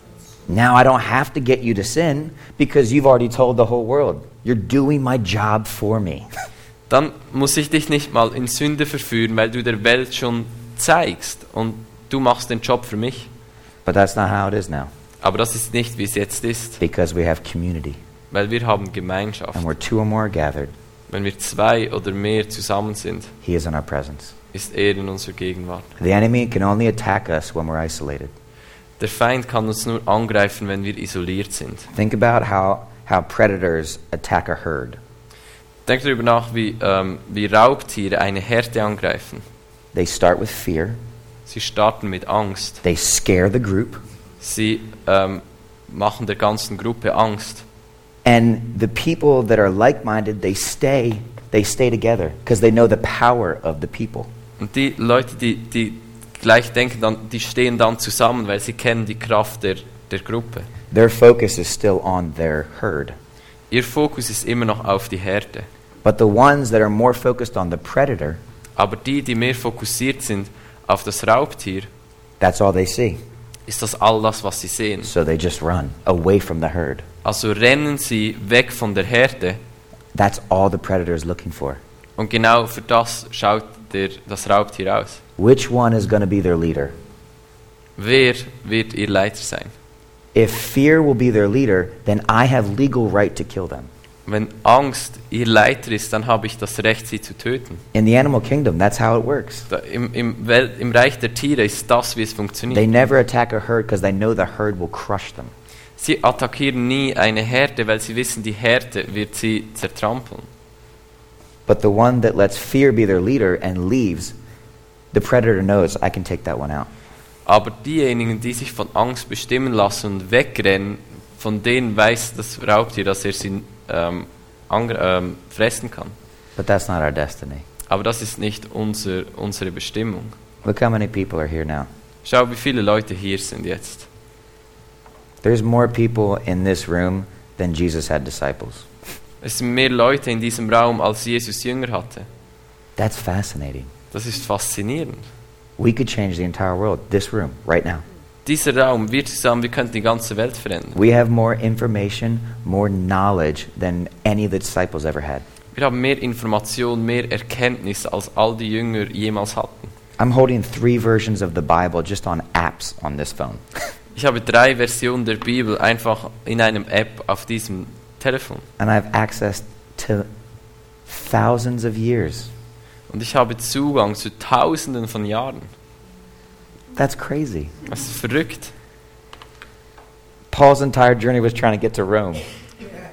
[SPEAKER 1] Now I don't have to get you to sin because you've already told the whole world, you're doing my job for me.
[SPEAKER 2] Dann muss ich dich nicht mal in Sünde verführen, weil du der Welt schon zeigst und du machst den Job für mich.
[SPEAKER 1] But that's not how it is now
[SPEAKER 2] Aber das ist nicht, wie es jetzt ist,
[SPEAKER 1] because we have community.
[SPEAKER 2] weil wir haben Gemeinschaft.
[SPEAKER 1] And where two or more are gathered,
[SPEAKER 2] Wenn wir zwei oder mehr zusammen sind,
[SPEAKER 1] he is in our presence.
[SPEAKER 2] ist er in unserer Gegenwart.
[SPEAKER 1] The enemy can only attack us when we're isolated.
[SPEAKER 2] Der Feind kann uns nur angreifen, wenn wir isoliert sind.
[SPEAKER 1] Think about how, how predators attack a herd.
[SPEAKER 2] Denk darüber nach, wie, ähm, wie Raubtiere eine Herde angreifen.
[SPEAKER 1] They start with fear,
[SPEAKER 2] Sie starten mit Angst.
[SPEAKER 1] they scare the group,
[SPEAKER 2] Sie ähm, machen der ganzen Gruppe Angst.
[SPEAKER 1] and the people that are like minded, they stay, they stay together because they know the power of the people.
[SPEAKER 2] Und die Leute, die, die gleich denken, dann, die stehen dann zusammen, weil sie kennen die Kraft der, der Gruppe.
[SPEAKER 1] Their focus is still on their herd.
[SPEAKER 2] Ihr Fokus ist immer noch auf die Herde.
[SPEAKER 1] But the ones that are more focused on the predator,
[SPEAKER 2] Aber die, die mehr fokussiert sind auf das Raubtier,
[SPEAKER 1] that's all they see.
[SPEAKER 2] ist das all das, was sie sehen.
[SPEAKER 1] So they just run away from the herd.
[SPEAKER 2] Also rennen sie weg von der Herde
[SPEAKER 1] That's all the predator is looking for.
[SPEAKER 2] und genau für das schaut der, das Raubtier aus.
[SPEAKER 1] Which one is going to be their leader?
[SPEAKER 2] Wer wird ihr Leiter sein?
[SPEAKER 1] If fear will be their leader, then I have legal right to kill them.
[SPEAKER 2] Wenn Angst ihr Leiter ist, dann habe ich das Recht, sie zu töten.
[SPEAKER 1] In the animal kingdom, that's how it works.
[SPEAKER 2] Da, im, im, Wel- Im Reich der Tiere ist das, wie es
[SPEAKER 1] They
[SPEAKER 2] funktioniert.
[SPEAKER 1] never attack a herd because they know the herd will crush them.
[SPEAKER 2] Sie attackieren nie eine Herde, weil sie wissen, die Herde wird sie zertrampeln.
[SPEAKER 1] But the one that lets fear be their leader and leaves, the predator knows I can take that one out.
[SPEAKER 2] Aber diejenigen, die sich von Angst bestimmen lassen und wegrennen, von denen weiß das Raubtier, dass er sie ähm, angr- ähm, fressen kann.
[SPEAKER 1] But that's not our destiny.
[SPEAKER 2] Aber das ist nicht unser, unsere Bestimmung.
[SPEAKER 1] Look how many people are here now.
[SPEAKER 2] Schau, wie viele Leute hier sind jetzt.
[SPEAKER 1] There's more people in this room than Jesus had disciples.
[SPEAKER 2] Es sind mehr Leute in diesem Raum, als Jesus Jünger hatte.
[SPEAKER 1] That's fascinating.
[SPEAKER 2] Das ist faszinierend.
[SPEAKER 1] We could change the entire world, this room, right now.
[SPEAKER 2] Dieser Raum, wir zusammen, wir könnten die ganze Welt verändern.
[SPEAKER 1] We have more information, more knowledge than any of the disciples ever had.
[SPEAKER 2] Wir haben mehr Information, mehr Erkenntnis, als all die Jünger jemals hatten.
[SPEAKER 1] I'm holding three versions of the Bible just on apps on this phone.
[SPEAKER 2] Ich habe drei Versionen der Bibel einfach in einem App auf diesem Telefon.
[SPEAKER 1] and I have access to thousands of years.
[SPEAKER 2] Und ich habe Zugang zu Tausenden von Jahren.
[SPEAKER 1] That's crazy.
[SPEAKER 2] Das ist verrückt.
[SPEAKER 1] Paul's entire journey was trying to get to Rome.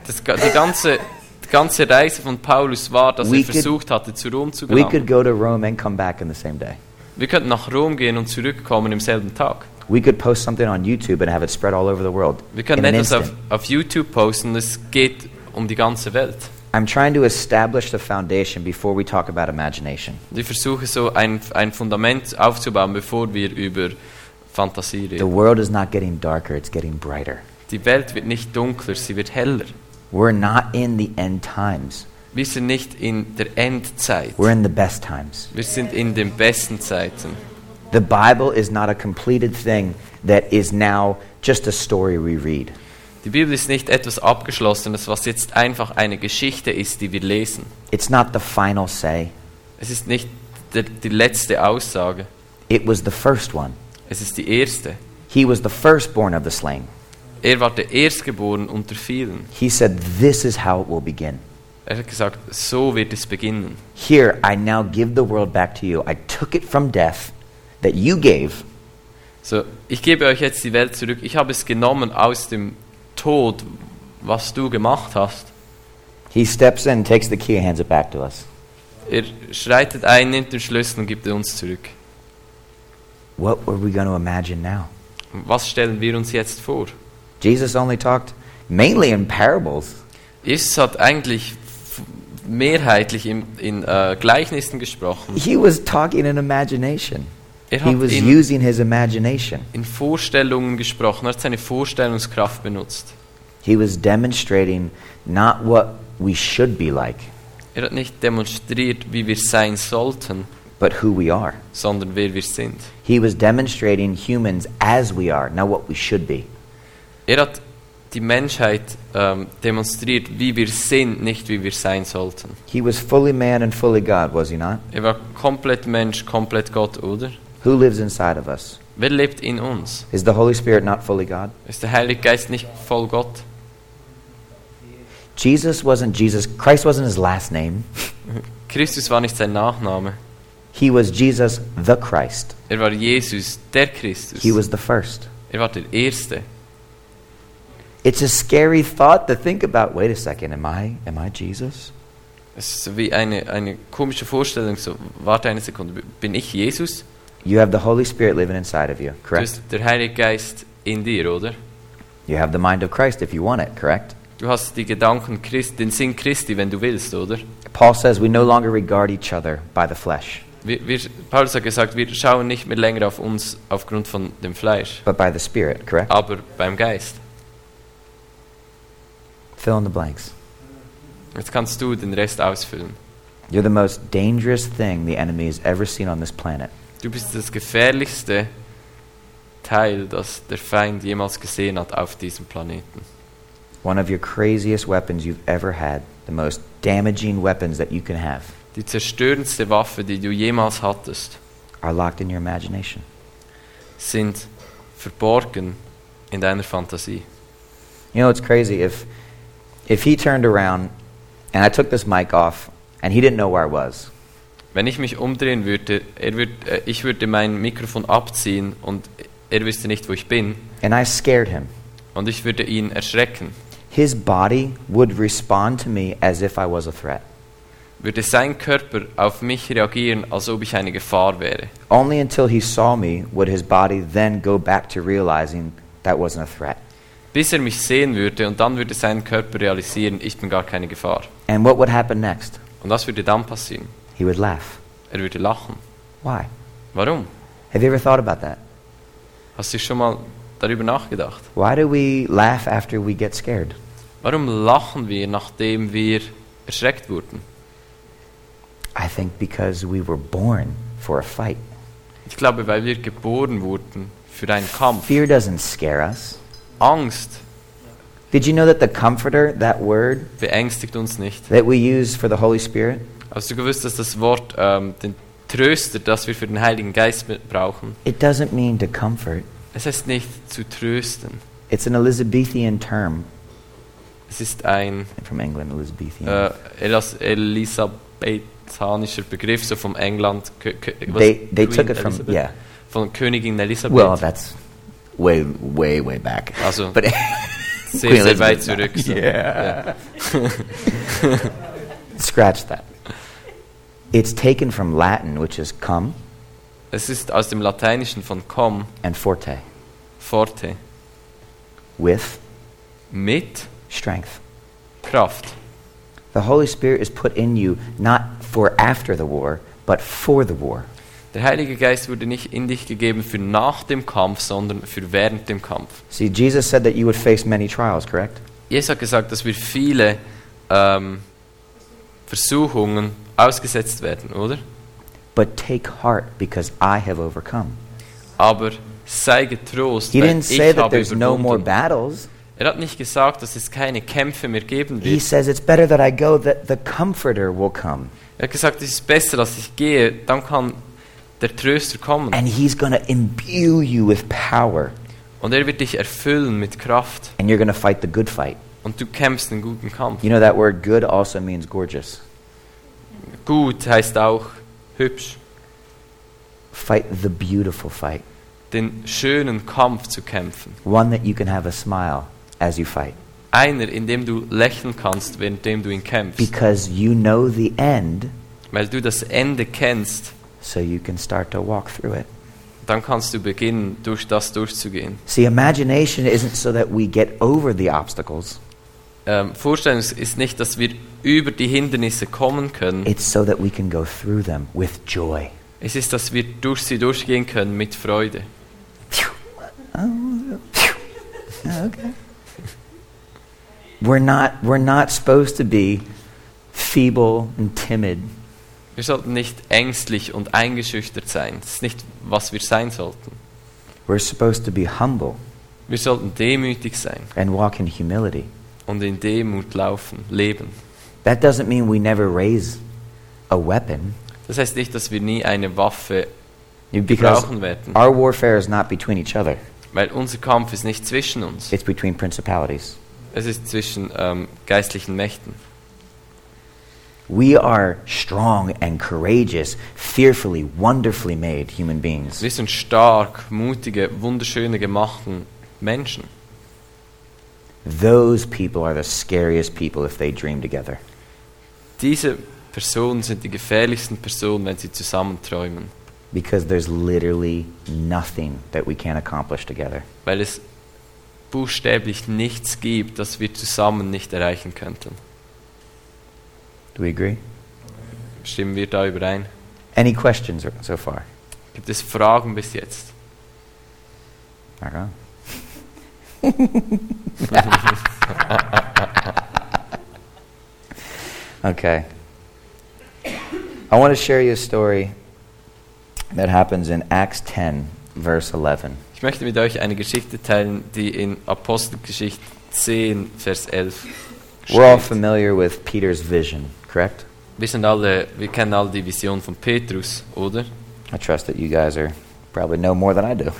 [SPEAKER 2] Das, ga- die, ganze, die ganze Reise von Paulus war, dass
[SPEAKER 1] We
[SPEAKER 2] er
[SPEAKER 1] could-
[SPEAKER 2] versucht hatte, zu Rom zu
[SPEAKER 1] We could
[SPEAKER 2] gelangen.
[SPEAKER 1] go to Rome and come back in the same day.
[SPEAKER 2] Wir könnten nach Rom gehen und zurückkommen im selben Tag.
[SPEAKER 1] We could post something on YouTube and have it spread all over the world.
[SPEAKER 2] Wir können
[SPEAKER 1] in an
[SPEAKER 2] etwas auf,
[SPEAKER 1] instant.
[SPEAKER 2] auf YouTube posten, es geht um die ganze Welt.
[SPEAKER 1] I'm trying to establish the foundation before we talk about imagination.
[SPEAKER 2] Und ich versuche so ein, ein Fundament aufzubauen, bevor wir über Fantasie
[SPEAKER 1] The
[SPEAKER 2] reden.
[SPEAKER 1] world is not getting darker, it's getting brighter.
[SPEAKER 2] Die Welt wird nicht dunkler, sie wird heller.
[SPEAKER 1] We're not in the end times.
[SPEAKER 2] Wir sind nicht in der Endzeit.
[SPEAKER 1] We're in the best times.
[SPEAKER 2] Wir sind in den besten Zeiten.
[SPEAKER 1] The Bible is not a completed thing that is now just a story we read.
[SPEAKER 2] Die Bibel ist nicht etwas Abgeschlossenes, was jetzt einfach eine Geschichte ist, die wir lesen.
[SPEAKER 1] It's not the final say.
[SPEAKER 2] Es ist nicht der, die letzte Aussage,
[SPEAKER 1] It was the first one.
[SPEAKER 2] es ist die erste.
[SPEAKER 1] He was the firstborn of the slain.
[SPEAKER 2] Er war der Erstgeborene unter vielen.
[SPEAKER 1] He said, This is how it will begin.
[SPEAKER 2] Er hat gesagt, so wird es beginnen.
[SPEAKER 1] Here, I now give the world back to you. I took it from death that you gave,
[SPEAKER 2] So, ich gebe euch jetzt die Welt zurück. Ich habe es genommen aus dem Tod, was du gemacht hast.
[SPEAKER 1] He steps in, takes the key, and hands it back to us.
[SPEAKER 2] Er schreitet ein, nimmt den Schlüssel und gibt ihn uns zurück.
[SPEAKER 1] What were we going to imagine now?
[SPEAKER 2] Was stellen wir uns jetzt vor?
[SPEAKER 1] Jesus only talked mainly in parables.
[SPEAKER 2] Jesus hat eigentlich f- mehrheitlich in, in äh, Gleichnissen gesprochen.
[SPEAKER 1] He was talking in imagination.
[SPEAKER 2] Er
[SPEAKER 1] He
[SPEAKER 2] hat
[SPEAKER 1] was
[SPEAKER 2] in,
[SPEAKER 1] using his imagination.
[SPEAKER 2] in Vorstellungen gesprochen, er hat seine Vorstellungskraft benutzt.
[SPEAKER 1] He was demonstrating not what we should be like,
[SPEAKER 2] Er hat nicht demonstriert, wie wir sein sollten,
[SPEAKER 1] but who we are.
[SPEAKER 2] sondern wer wir sind.
[SPEAKER 1] He was demonstrating humans as we are, not what we should be.
[SPEAKER 2] Er hat die Menschheit ähm, demonstriert, wie wir sind, nicht wie wir sein sollten.
[SPEAKER 1] He was fully man and fully God, was he not?
[SPEAKER 2] Er war komplett Mensch, komplett Gott, oder?
[SPEAKER 1] Who lives inside of us?
[SPEAKER 2] Wer lebt in uns?
[SPEAKER 1] Is the Holy Spirit not fully God?
[SPEAKER 2] Ist der Heilige Geist nicht voll Gott?
[SPEAKER 1] Jesus wasn't Jesus. Christ wasn't his last name.
[SPEAKER 2] Christus war nicht sein Nachname.
[SPEAKER 1] He was Jesus the Christ.
[SPEAKER 2] Er war Jesus, der Christus.
[SPEAKER 1] He was the first.
[SPEAKER 2] er war der Erste.
[SPEAKER 1] It's a scary thought to think about. Wait a second, am I am I Jesus?
[SPEAKER 2] Es ist so wie eine, eine komische Vorstellung. So, warte eine Sekunde, bin ich Jesus?
[SPEAKER 1] You have the Holy Spirit living inside of you,
[SPEAKER 2] Du
[SPEAKER 1] correct?
[SPEAKER 2] hast der Heilige Geist in dir, oder?
[SPEAKER 1] You have the mind of Christ if you want it, correct?
[SPEAKER 2] Du hast die Gedanken Christi, den Sinn Christi, wenn du willst, oder?
[SPEAKER 1] Paul says we no longer regard each other by the flesh,
[SPEAKER 2] Wir, wir, Paulus hat gesagt, wir schauen nicht mehr länger auf uns aufgrund von dem Fleisch,
[SPEAKER 1] but by the Spirit, correct?
[SPEAKER 2] aber beim Geist.
[SPEAKER 1] Fill in the blanks.
[SPEAKER 2] Jetzt kannst du den Rest ausfüllen.
[SPEAKER 1] You're the most dangerous thing the enemy has ever seen on this planet.
[SPEAKER 2] Du bist das gefährlichste Teil, das der Feind jemals gesehen hat auf diesem Planeten.
[SPEAKER 1] One of your craziest weapons you've ever had, the most damaging weapons that you can have,
[SPEAKER 2] Die zerstörendste Waffe, die du jemals hattest,
[SPEAKER 1] are locked in your imagination.
[SPEAKER 2] sind verborgen in deiner Fantasie.
[SPEAKER 1] You know, it's crazy. If, if he turned around and I took this mic off and he didn't know where I was,
[SPEAKER 2] Wenn ich mich umdrehen würde, er würd, äh, ich würde mein Mikrofon abziehen und er wüsste nicht, wo ich bin,
[SPEAKER 1] and I scared him,
[SPEAKER 2] und ich würde ihn erschrecken.
[SPEAKER 1] his body would respond to me as if I was a threat.
[SPEAKER 2] würde sein Körper auf mich reagieren, als ob ich eine Gefahr wäre.
[SPEAKER 1] Only until he saw me would his body then go back to realizing that wasn't a threat.
[SPEAKER 2] Bis er mich sehen würde und dann würde sein Körper realisieren, ich bin gar keine Gefahr.
[SPEAKER 1] And what would happen next?
[SPEAKER 2] Und was würde dann passieren?
[SPEAKER 1] He would laugh.
[SPEAKER 2] Er würde lachen.
[SPEAKER 1] Why?
[SPEAKER 2] Warum?
[SPEAKER 1] Have you ever thought about that?
[SPEAKER 2] Hast du schon mal darüber nachgedacht?
[SPEAKER 1] Why do we laugh after we get scared?
[SPEAKER 2] Warum lachen wir, nachdem wir erschreckt wurden?
[SPEAKER 1] I think because we were born for a fight.
[SPEAKER 2] Ich glaube, weil wir geboren wurden für einen Kampf.
[SPEAKER 1] Fear doesn't scare us.
[SPEAKER 2] Angst
[SPEAKER 1] Did you know that the Comforter, that word
[SPEAKER 2] beängstigt uns nicht.
[SPEAKER 1] that we use for the Holy Spirit,
[SPEAKER 2] Hast du gewusst, dass das Wort ähm, den Tröster, das wir für den Heiligen Geist mit- brauchen,
[SPEAKER 1] it doesn't mean to comfort.
[SPEAKER 2] es heißt nicht zu trösten.
[SPEAKER 1] It's an Elizabethan term
[SPEAKER 2] Es ist ein
[SPEAKER 1] from England, Elizabethan.
[SPEAKER 2] äh, Elas elisabethanischer Begriff, so vom England. Kö- Kö- was?
[SPEAKER 1] they they
[SPEAKER 2] Queen
[SPEAKER 1] took it from
[SPEAKER 2] Elizabeth?
[SPEAKER 1] yeah.
[SPEAKER 2] Von Königin Elisabeth.
[SPEAKER 1] Well, that's way way way back.
[SPEAKER 2] Also,
[SPEAKER 1] but
[SPEAKER 2] sehr,
[SPEAKER 1] Queen
[SPEAKER 2] sehr weit
[SPEAKER 1] Elizabeth,
[SPEAKER 2] zurück. So.
[SPEAKER 1] yeah.
[SPEAKER 2] Ja.
[SPEAKER 1] scratch that. It's taken from Latin, which is come
[SPEAKER 2] Es ist aus dem Lateinischen von com,
[SPEAKER 1] and forte,
[SPEAKER 2] forte,
[SPEAKER 1] with
[SPEAKER 2] mit
[SPEAKER 1] strength.
[SPEAKER 2] Kraft.
[SPEAKER 1] The Holy Spirit is put in you not for after the war, but for the war.
[SPEAKER 2] Der Heilige Geist wurde nicht in dich gegeben für nach dem Kampf, sondern für während dem Kampf.
[SPEAKER 1] See, Jesus said that you would face many trials, correct?
[SPEAKER 2] Jesus hat gesagt, dass wir viele ähm, Versuchungen ausgesetzt werden, oder?
[SPEAKER 1] But take heart because I have overcome.
[SPEAKER 2] Aber sei getrost,
[SPEAKER 1] He
[SPEAKER 2] weil
[SPEAKER 1] didn't say
[SPEAKER 2] ich
[SPEAKER 1] that
[SPEAKER 2] habe
[SPEAKER 1] there's no more
[SPEAKER 2] überwunden.
[SPEAKER 1] battles.
[SPEAKER 2] Er hat nicht gesagt, dass es keine Kämpfe mehr geben
[SPEAKER 1] He
[SPEAKER 2] wird.
[SPEAKER 1] says it's better that I go that the comforter will come
[SPEAKER 2] Er hat gesagt, es ist besser, dass ich gehe, dann kann der Tröster kommen.
[SPEAKER 1] and he's going to imbue you with power
[SPEAKER 2] Und er wird dich erfüllen mit Kraft.
[SPEAKER 1] and you're going to fight the good fight.
[SPEAKER 2] Und du kämpfst einen guten Kampf.
[SPEAKER 1] You know that word good also means gorgeous.
[SPEAKER 2] Gut heißt auch hübsch.
[SPEAKER 1] Fight the beautiful fight,
[SPEAKER 2] Den schönen Kampf zu kämpfen.
[SPEAKER 1] one that you can have a smile as you fight
[SPEAKER 2] Einer, in dem du lächeln kannst, währenddem du ihn kämpfst.
[SPEAKER 1] because you know the end
[SPEAKER 2] Weil du das Ende kennst,
[SPEAKER 1] so you can start to walk through it.
[SPEAKER 2] dann kannst du beginnen, durch das durchzugehen.
[SPEAKER 1] See, imagination isn't so that we get over the obstacles,
[SPEAKER 2] Ähm, Vorstellung ist nicht, dass wir über die Hindernisse kommen können.
[SPEAKER 1] it's so that we can go through them with joy.
[SPEAKER 2] Es ist, dass wir durch sie durchgehen können mit Freude.
[SPEAKER 1] Phew. Oh, phew. Oh, okay. We're not, we're not supposed to be feeble and timid.
[SPEAKER 2] Wir sollten nicht ängstlich und eingeschüchtert sein. Das ist nicht, was wir sein sollten.
[SPEAKER 1] We're supposed to be humble
[SPEAKER 2] Wir sollten demütig sein
[SPEAKER 1] and walk in humility.
[SPEAKER 2] und in Demut laufen, leben.
[SPEAKER 1] That doesn't mean we never raise a weapon.
[SPEAKER 2] Das heißt nicht, dass wir nie eine Waffe
[SPEAKER 1] Because
[SPEAKER 2] brauchen werden.
[SPEAKER 1] our warfare is not between each other,
[SPEAKER 2] Weil unser Kampf ist nicht zwischen uns,
[SPEAKER 1] it's between principalities.
[SPEAKER 2] es ist zwischen ähm, geistlichen Mächten.
[SPEAKER 1] We are strong and courageous, fearfully, wonderfully made human beings.
[SPEAKER 2] Wir sind stark, mutige, wunderschöne, gemachten Menschen.
[SPEAKER 1] Those people are the scariest people if they dream together.
[SPEAKER 2] Diese Personen sind die gefährlichsten Personen, wenn sie zusammen träumen,
[SPEAKER 1] Because there's literally nothing that we can't accomplish together.
[SPEAKER 2] weil es buchstäblich nichts gibt, das wir zusammen nicht erreichen könnten.
[SPEAKER 1] Do we agree?
[SPEAKER 2] Stimmen wir da überein?
[SPEAKER 1] Any questions r- so far?
[SPEAKER 2] Gibt es Fragen bis jetzt?
[SPEAKER 1] Not wrong. okay. I want to share you a story that happens in Acts 10, verse 11.
[SPEAKER 2] Ich möchte mit euch eine Geschichte teilen, die in Apostelgeschichte 10, Vers 11
[SPEAKER 1] We're all
[SPEAKER 2] steht.
[SPEAKER 1] familiar with Peter's vision, correct?
[SPEAKER 2] Wir, sind alle, wir kennen alle die Vision von Petrus, oder?
[SPEAKER 1] I trust that you guys are probably know more than I do.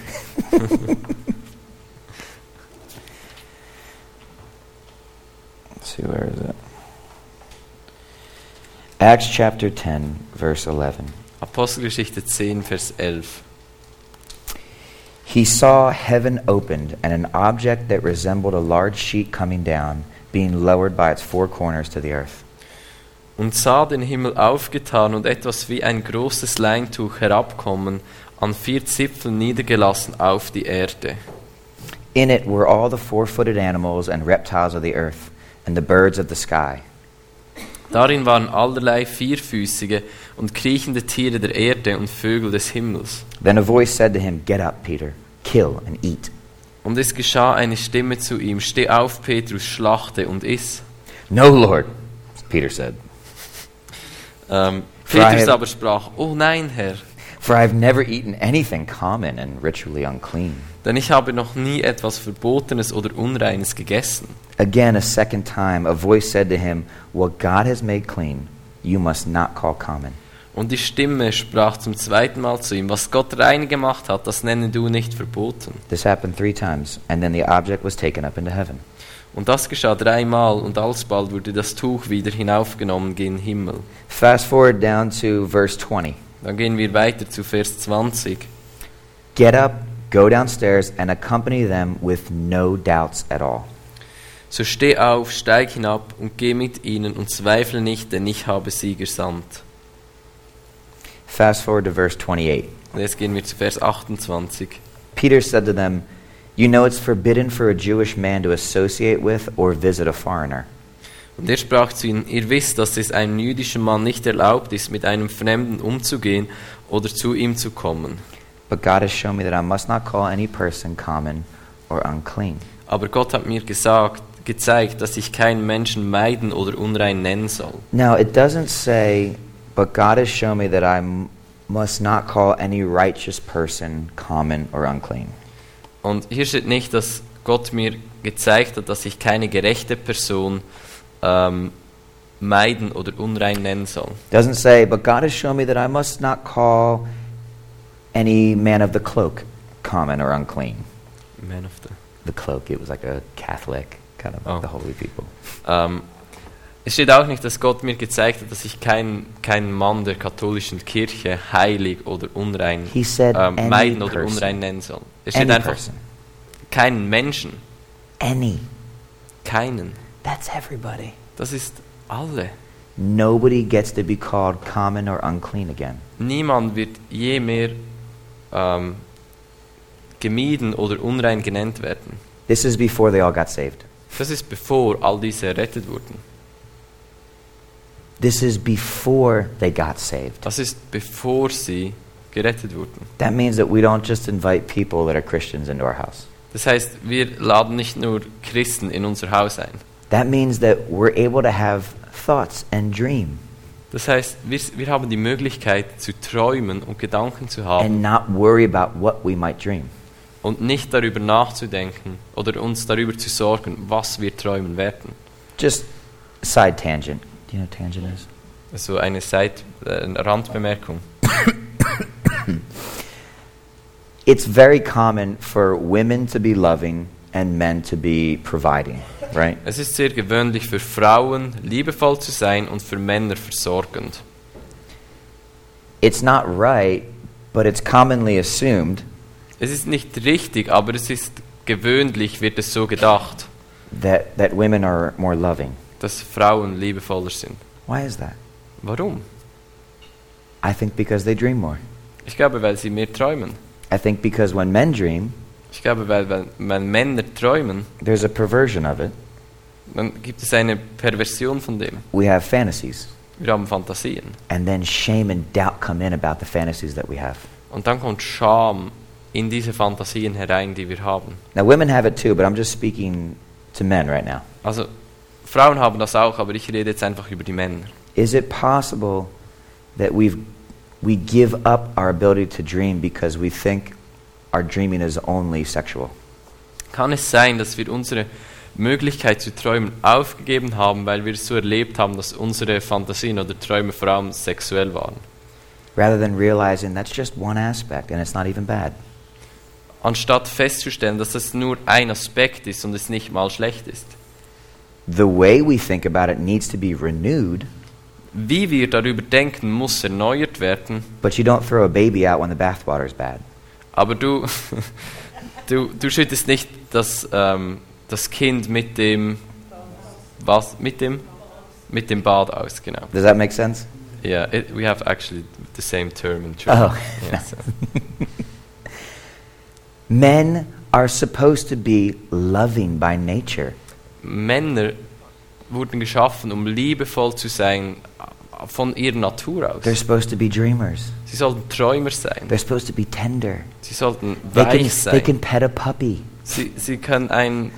[SPEAKER 1] Let's see where is it? Acts chapter 10 verse 11.
[SPEAKER 2] Apostelgeschichte 10, Vers 11.
[SPEAKER 1] He saw heaven opened and an object that resembled a large sheet coming down, being lowered by its four corners to the earth.
[SPEAKER 2] und sah den Himmel aufgetan und etwas wie ein großes Leintuch herabkommen, an vier Zipfeln niedergelassen auf die Erde.
[SPEAKER 1] In it were all the four-footed animals and reptiles of the earth and the birds of the sky.
[SPEAKER 2] Darin waren allerlei vierfüßige und kriechende Tiere der Erde und Vögel des Himmels.
[SPEAKER 1] Then a voice said to him, Get up, Peter, kill and eat.
[SPEAKER 2] Und es geschah eine Stimme zu ihm, Steh auf, Petrus, schlachte und iss.
[SPEAKER 1] No, Lord, Peter said,
[SPEAKER 2] Ähm,
[SPEAKER 1] Freiheit.
[SPEAKER 2] Petrus aber sprach, Oh nein, Herr,
[SPEAKER 1] for I've never eaten anything common and ritually unclean.
[SPEAKER 2] denn ich habe noch nie etwas Verbotenes oder Unreines gegessen.
[SPEAKER 1] Again, a second time, a voice said to him, What God has made clean, you must not call common.
[SPEAKER 2] Und die Stimme sprach zum zweiten Mal zu ihm, Was Gott rein gemacht hat, das nenne du nicht verboten.
[SPEAKER 1] This happened three times, and then the object was taken up into heaven.
[SPEAKER 2] Und das geschah dreimal, und alsbald wurde das Tuch wieder hinaufgenommen gen Himmel.
[SPEAKER 1] Fast forward down to verse 20.
[SPEAKER 2] Dann gehen wir weiter zu Vers 20.
[SPEAKER 1] Get up, go downstairs, and accompany them with no doubts at all.
[SPEAKER 2] So steh auf, steig hinab und geh mit ihnen und zweifle nicht, denn ich habe sie gesandt.
[SPEAKER 1] Fast forward to verse 28.
[SPEAKER 2] Und jetzt gehen wir zu Vers 28.
[SPEAKER 1] Peter said to them, You know it's forbidden for a Jewish man to associate with or visit a foreigner.
[SPEAKER 2] Und er sprach zu ihnen, ihr wisst, dass es einem jüdischen Mann nicht erlaubt ist, mit einem Fremden umzugehen oder zu ihm zu kommen.
[SPEAKER 1] But God has shown me that I must not call any person common or unclean.
[SPEAKER 2] Aber Gott hat mir gesagt, gezeigt, dass ich keinen Menschen meiden oder unrein nennen soll.
[SPEAKER 1] Now, it doesn't say, But God has shown me that I m- must not call any righteous person common or unclean.
[SPEAKER 2] Und hier steht nicht, dass Gott mir gezeigt hat, dass ich keine gerechte Person ähm, meiden oder unrein nennen soll.
[SPEAKER 1] doesn't say, But God has shown me that I must not call any man of the cloak common or unclean.
[SPEAKER 2] Man of the.
[SPEAKER 1] The cloak, it was like a Catholic, kind of
[SPEAKER 2] Oh.
[SPEAKER 1] the holy people.
[SPEAKER 2] Ähm, es steht auch nicht, dass Gott mir gezeigt hat, dass ich keinen keinen Mann der katholischen Kirche heilig oder unrein
[SPEAKER 1] He said
[SPEAKER 2] ähm,
[SPEAKER 1] any
[SPEAKER 2] meiden oder
[SPEAKER 1] person.
[SPEAKER 2] unrein nennen soll. Es steht
[SPEAKER 1] Any
[SPEAKER 2] einfach
[SPEAKER 1] person.
[SPEAKER 2] keinen Menschen,
[SPEAKER 1] Any.
[SPEAKER 2] keinen.
[SPEAKER 1] That's everybody.
[SPEAKER 2] Das ist alle.
[SPEAKER 1] Nobody gets to be called common or unclean again.
[SPEAKER 2] Niemand wird je mehr ähm, gemieden oder unrein genannt werden.
[SPEAKER 1] This is before they all got saved.
[SPEAKER 2] Das ist bevor all diese errettet wurden.
[SPEAKER 1] This is before they got saved.
[SPEAKER 2] Das ist bevor sie gerettet wurden.
[SPEAKER 1] That means that we don't just invite people that are Christians into our house.
[SPEAKER 2] Das heißt, wir laden nicht nur Christen in unser Haus ein.
[SPEAKER 1] That means that we're able to have thoughts and dream
[SPEAKER 2] Das heißt, wir, wir haben die Möglichkeit zu träumen und Gedanken zu haben
[SPEAKER 1] and not worry about what we might dream.
[SPEAKER 2] und nicht darüber nachzudenken oder uns darüber zu sorgen, was wir träumen werden.
[SPEAKER 1] Just side tangent. Do you know what tangent is?
[SPEAKER 2] Also eine, Seit, äh, eine Randbemerkung.
[SPEAKER 1] it's very common for women to be loving and men to be providing, right?
[SPEAKER 2] Es ist sehr gewöhnlich für Frauen, liebevoll zu sein und für Männer versorgend.
[SPEAKER 1] It's not right, but it's commonly assumed
[SPEAKER 2] Es ist nicht richtig, aber es ist gewöhnlich, wird es so gedacht,
[SPEAKER 1] that, that women are more loving.
[SPEAKER 2] dass Frauen liebevoller sind.
[SPEAKER 1] Why is that?
[SPEAKER 2] Warum?
[SPEAKER 1] I think because they dream more.
[SPEAKER 2] Ich glaube, weil sie mehr träumen.
[SPEAKER 1] I think because when men dream,
[SPEAKER 2] Ich glaube, weil wenn, wenn Männer träumen,
[SPEAKER 1] there's a perversion of it.
[SPEAKER 2] dann gibt es eine Perversion von dem.
[SPEAKER 1] We have fantasies.
[SPEAKER 2] Wir haben Fantasien.
[SPEAKER 1] And then shame and doubt come in about the fantasies that we have.
[SPEAKER 2] Und dann kommt Scham in diese Fantasien herein, die wir haben.
[SPEAKER 1] Now, women have it too, but I'm just speaking to men right now.
[SPEAKER 2] Also Frauen haben das auch, aber ich rede jetzt einfach über die Männer.
[SPEAKER 1] Is it possible that we've, we give up our ability to dream because we think our dreaming is only sexual?
[SPEAKER 2] Kann es sein, dass wir unsere Möglichkeit zu träumen aufgegeben haben, weil wir es so erlebt haben, dass unsere Fantasien oder Träume vor allem sexuell waren?
[SPEAKER 1] Rather than realizing that's just one aspect and it's not even bad.
[SPEAKER 2] Anstatt festzustellen, dass das nur ein Aspekt ist und es nicht mal schlecht ist.
[SPEAKER 1] The way we think about it needs to be renewed,
[SPEAKER 2] Wie wir darüber denken, muss erneuert werden,
[SPEAKER 1] but you don't throw a baby out when the bathwater is bad.
[SPEAKER 2] aber du, du, du schüttest nicht das, ähm, das Kind mit dem, was, mit dem, mit dem Bad aus, genau.
[SPEAKER 1] Does that make sense?
[SPEAKER 2] Yeah, it, we have actually the same term in German.
[SPEAKER 1] Oh.
[SPEAKER 2] Yeah, so.
[SPEAKER 1] Men are supposed to be loving by nature.
[SPEAKER 2] Männer wurden geschaffen, um liebevoll zu sein äh, von ihrer Natur aus.
[SPEAKER 1] They're supposed to be dreamers.
[SPEAKER 2] Sie sollten Träumer sein.
[SPEAKER 1] They're supposed to be tender.
[SPEAKER 2] Sie sollten
[SPEAKER 1] They can,
[SPEAKER 2] weich
[SPEAKER 1] they can
[SPEAKER 2] sein.
[SPEAKER 1] pet a puppy.
[SPEAKER 2] Sie, sie können ein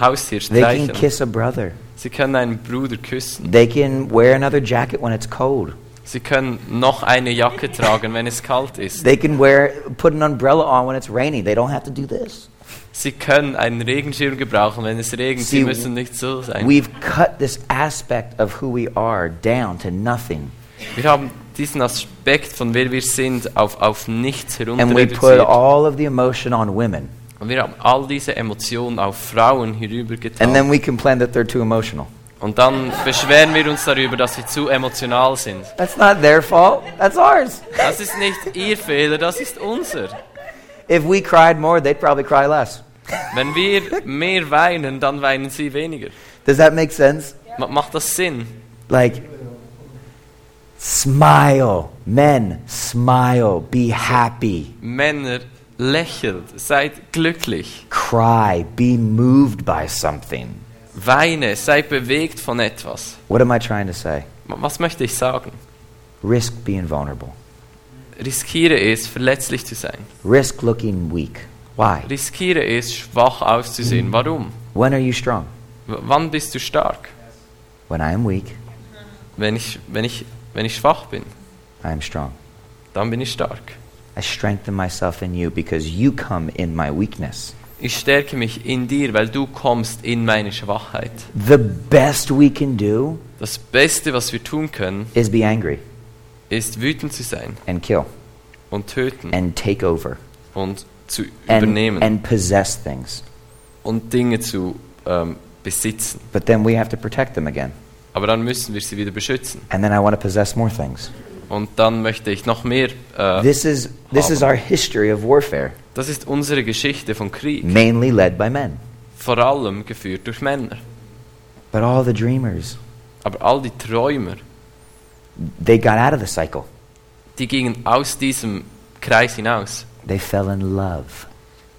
[SPEAKER 2] Haustier
[SPEAKER 1] They can
[SPEAKER 2] streicheln.
[SPEAKER 1] kiss a brother.
[SPEAKER 2] Sie können einen Bruder küssen.
[SPEAKER 1] They can wear another jacket when it's cold.
[SPEAKER 2] Sie können noch eine Jacke tragen, wenn es kalt ist.
[SPEAKER 1] They can wear put an umbrella on when it's rainy. They don't have to do this.
[SPEAKER 2] Sie können einen Regenschirm gebrauchen, wenn es regnet. Sie
[SPEAKER 1] Sie-
[SPEAKER 2] müssen nicht so sein.
[SPEAKER 1] We've cut this aspect of who we are down to nothing.
[SPEAKER 2] Wir haben diesen Aspekt von wer wir sind auf, auf nichts
[SPEAKER 1] And we put
[SPEAKER 2] herunterreduziert.
[SPEAKER 1] all of the emotion on women.
[SPEAKER 2] Und wir haben all diese Emotionen auf Frauen
[SPEAKER 1] And
[SPEAKER 2] herübergetan.
[SPEAKER 1] then we complain that they're too emotional.
[SPEAKER 2] Und dann beschweren wir uns darüber, dass wir zu emotional sind.
[SPEAKER 1] That's not their fault. That's ours.
[SPEAKER 2] Das ist nicht ihr Fehler, das ist unser.
[SPEAKER 1] If we cried more, they'd probably cry less.
[SPEAKER 2] Wenn wir mehr weinen, dann weinen sie weniger.
[SPEAKER 1] Does that make sense?
[SPEAKER 2] Ma macht das Sinn?
[SPEAKER 1] Like, smile. Men, smile. Be happy.
[SPEAKER 2] Männer, lächelt, seid glücklich,
[SPEAKER 1] Cry. Be moved by something.
[SPEAKER 2] weine, seid bewegt von etwas.
[SPEAKER 1] What am I trying to say?
[SPEAKER 2] Ma- Was möchte ich sagen?
[SPEAKER 1] Risk being vulnerable.
[SPEAKER 2] Riskiere es, verletzlich zu sein.
[SPEAKER 1] Risk looking weak. Why?
[SPEAKER 2] Riskiere es, schwach auszusehen. Warum?
[SPEAKER 1] When are you strong?
[SPEAKER 2] W wann bist du stark?
[SPEAKER 1] When I am weak,
[SPEAKER 2] Wenn ich, wenn ich, wenn ich schwach bin,
[SPEAKER 1] I am strong.
[SPEAKER 2] dann bin ich stark.
[SPEAKER 1] I strengthen myself in you because you come in my weakness.
[SPEAKER 2] Ich stärke mich in dir, weil du kommst in meine Schwachheit.
[SPEAKER 1] The best we can do
[SPEAKER 2] Das Beste, was wir tun können,
[SPEAKER 1] is be angry
[SPEAKER 2] ist wütend zu sein
[SPEAKER 1] and kill
[SPEAKER 2] und töten
[SPEAKER 1] and take over
[SPEAKER 2] und zu
[SPEAKER 1] and,
[SPEAKER 2] übernehmen
[SPEAKER 1] and possess things.
[SPEAKER 2] und Dinge zu ähm, besitzen.
[SPEAKER 1] But then we have to protect them again.
[SPEAKER 2] Aber dann müssen wir sie wieder beschützen.
[SPEAKER 1] And then I want to possess more things.
[SPEAKER 2] Und dann möchte ich noch mehr. Äh,
[SPEAKER 1] This is, this is our history of warfare,
[SPEAKER 2] das ist unsere Geschichte von Krieg,
[SPEAKER 1] mainly led by men.
[SPEAKER 2] vor allem geführt durch Männer.
[SPEAKER 1] But all the dreamers,
[SPEAKER 2] Aber all die Träumer,
[SPEAKER 1] they got out of the cycle.
[SPEAKER 2] die gingen aus diesem Kreis hinaus.
[SPEAKER 1] They fell in love.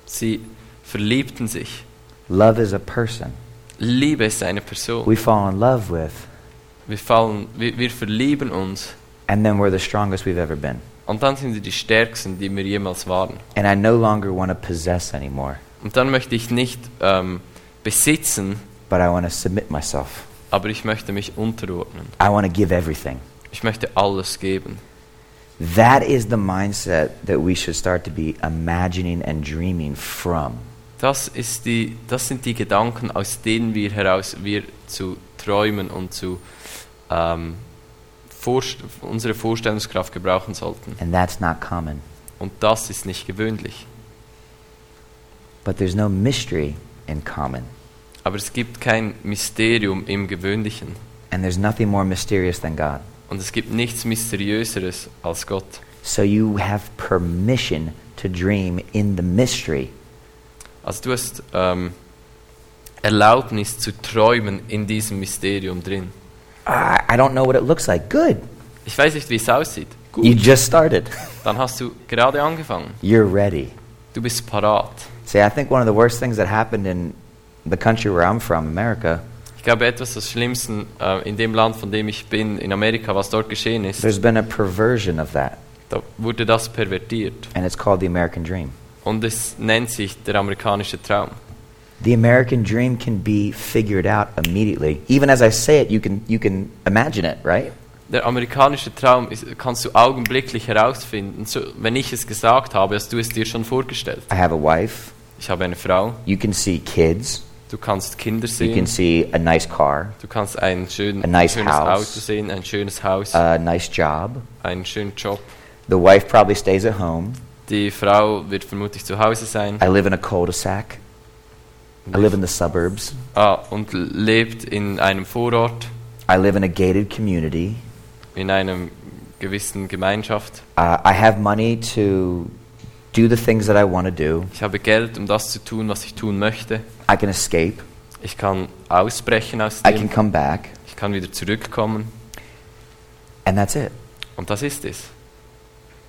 [SPEAKER 2] Sie verliebten sich.
[SPEAKER 1] Love is a person.
[SPEAKER 2] Liebe ist eine Person.
[SPEAKER 1] We fall in love with,
[SPEAKER 2] Wir fallen, wir, wir verlieben uns
[SPEAKER 1] and then we're the strongest we've ever been.
[SPEAKER 2] und dann sind wir die Stärksten, die wir jemals waren.
[SPEAKER 1] And I no longer want to possess anymore,
[SPEAKER 2] Und dann möchte ich nicht ähm, besitzen,
[SPEAKER 1] but I want to submit myself.
[SPEAKER 2] aber ich möchte mich unterordnen.
[SPEAKER 1] I want to give everything.
[SPEAKER 2] Ich möchte alles geben.
[SPEAKER 1] That is the mindset that we should start to be imagining and dreaming from.
[SPEAKER 2] Das, ist die, das sind die Gedanken, aus denen wir heraus wir zu träumen und zu ähm, Vorst unsere Vorstellungskraft gebrauchen sollten.
[SPEAKER 1] And that's not common.
[SPEAKER 2] Und das ist nicht gewöhnlich.
[SPEAKER 1] but there's no mystery in common.
[SPEAKER 2] Aber es gibt kein Mysterium im Gewöhnlichen.
[SPEAKER 1] And there's nothing more mysterious than God.
[SPEAKER 2] Und es gibt nichts Mysteriöseres als Gott.
[SPEAKER 1] So you have permission to dream in the mystery
[SPEAKER 2] Also du hast ähm, Erlaubnis zu träumen in diesem Mysterium drin.
[SPEAKER 1] I, I don't know what it looks like. Good.
[SPEAKER 2] Ich weiß nicht, wie es aussieht.
[SPEAKER 1] You just started.
[SPEAKER 2] Dann hast du gerade angefangen.
[SPEAKER 1] You're ready.
[SPEAKER 2] Du bist parat.
[SPEAKER 1] See, I think one of the worst things that happened in the country where I'm from, America,
[SPEAKER 2] Ich glaube, etwas des Schlimmsten äh, in dem Land, von dem ich bin, in Amerika, was dort geschehen ist,
[SPEAKER 1] there's been a perversion of that,
[SPEAKER 2] da wurde das pervertiert.
[SPEAKER 1] and it's called the American dream.
[SPEAKER 2] Und es nennt sich der amerikanische Traum.
[SPEAKER 1] The American dream can be figured out immediately. Even as I say it, you can you can imagine it, right?
[SPEAKER 2] Der amerikanische Traum ist, kannst du augenblicklich herausfinden. So, wenn ich es gesagt habe, hast du es dir schon vorgestellt.
[SPEAKER 1] I have a wife.
[SPEAKER 2] Ich habe eine Frau,
[SPEAKER 1] You can see kids.
[SPEAKER 2] du kannst Kinder
[SPEAKER 1] You
[SPEAKER 2] sehen,
[SPEAKER 1] can see a nice car,
[SPEAKER 2] du kannst einen schönen,
[SPEAKER 1] A nice
[SPEAKER 2] schönes
[SPEAKER 1] house. Ah.
[SPEAKER 2] Auto sehen, ein schönes Haus,
[SPEAKER 1] a nice job.
[SPEAKER 2] einen schönen Job.
[SPEAKER 1] The wife probably stays at home.
[SPEAKER 2] Die Frau wird vermutlich zu Hause sein
[SPEAKER 1] I live in a cul-de-sac. I live in the suburbs.
[SPEAKER 2] ah, und lebt in einem Vorort,
[SPEAKER 1] I live in a gated community.
[SPEAKER 2] in einer gewissen Gemeinschaft.
[SPEAKER 1] Uh, I have money to do the things that I want to do.
[SPEAKER 2] Ich habe Geld, um das zu tun, was ich tun möchte.
[SPEAKER 1] I can escape.
[SPEAKER 2] Ich kann ausbrechen aus
[SPEAKER 1] I can
[SPEAKER 2] dem,
[SPEAKER 1] come back.
[SPEAKER 2] ich kann wieder zurückkommen.
[SPEAKER 1] And that's it.
[SPEAKER 2] Und das ist es.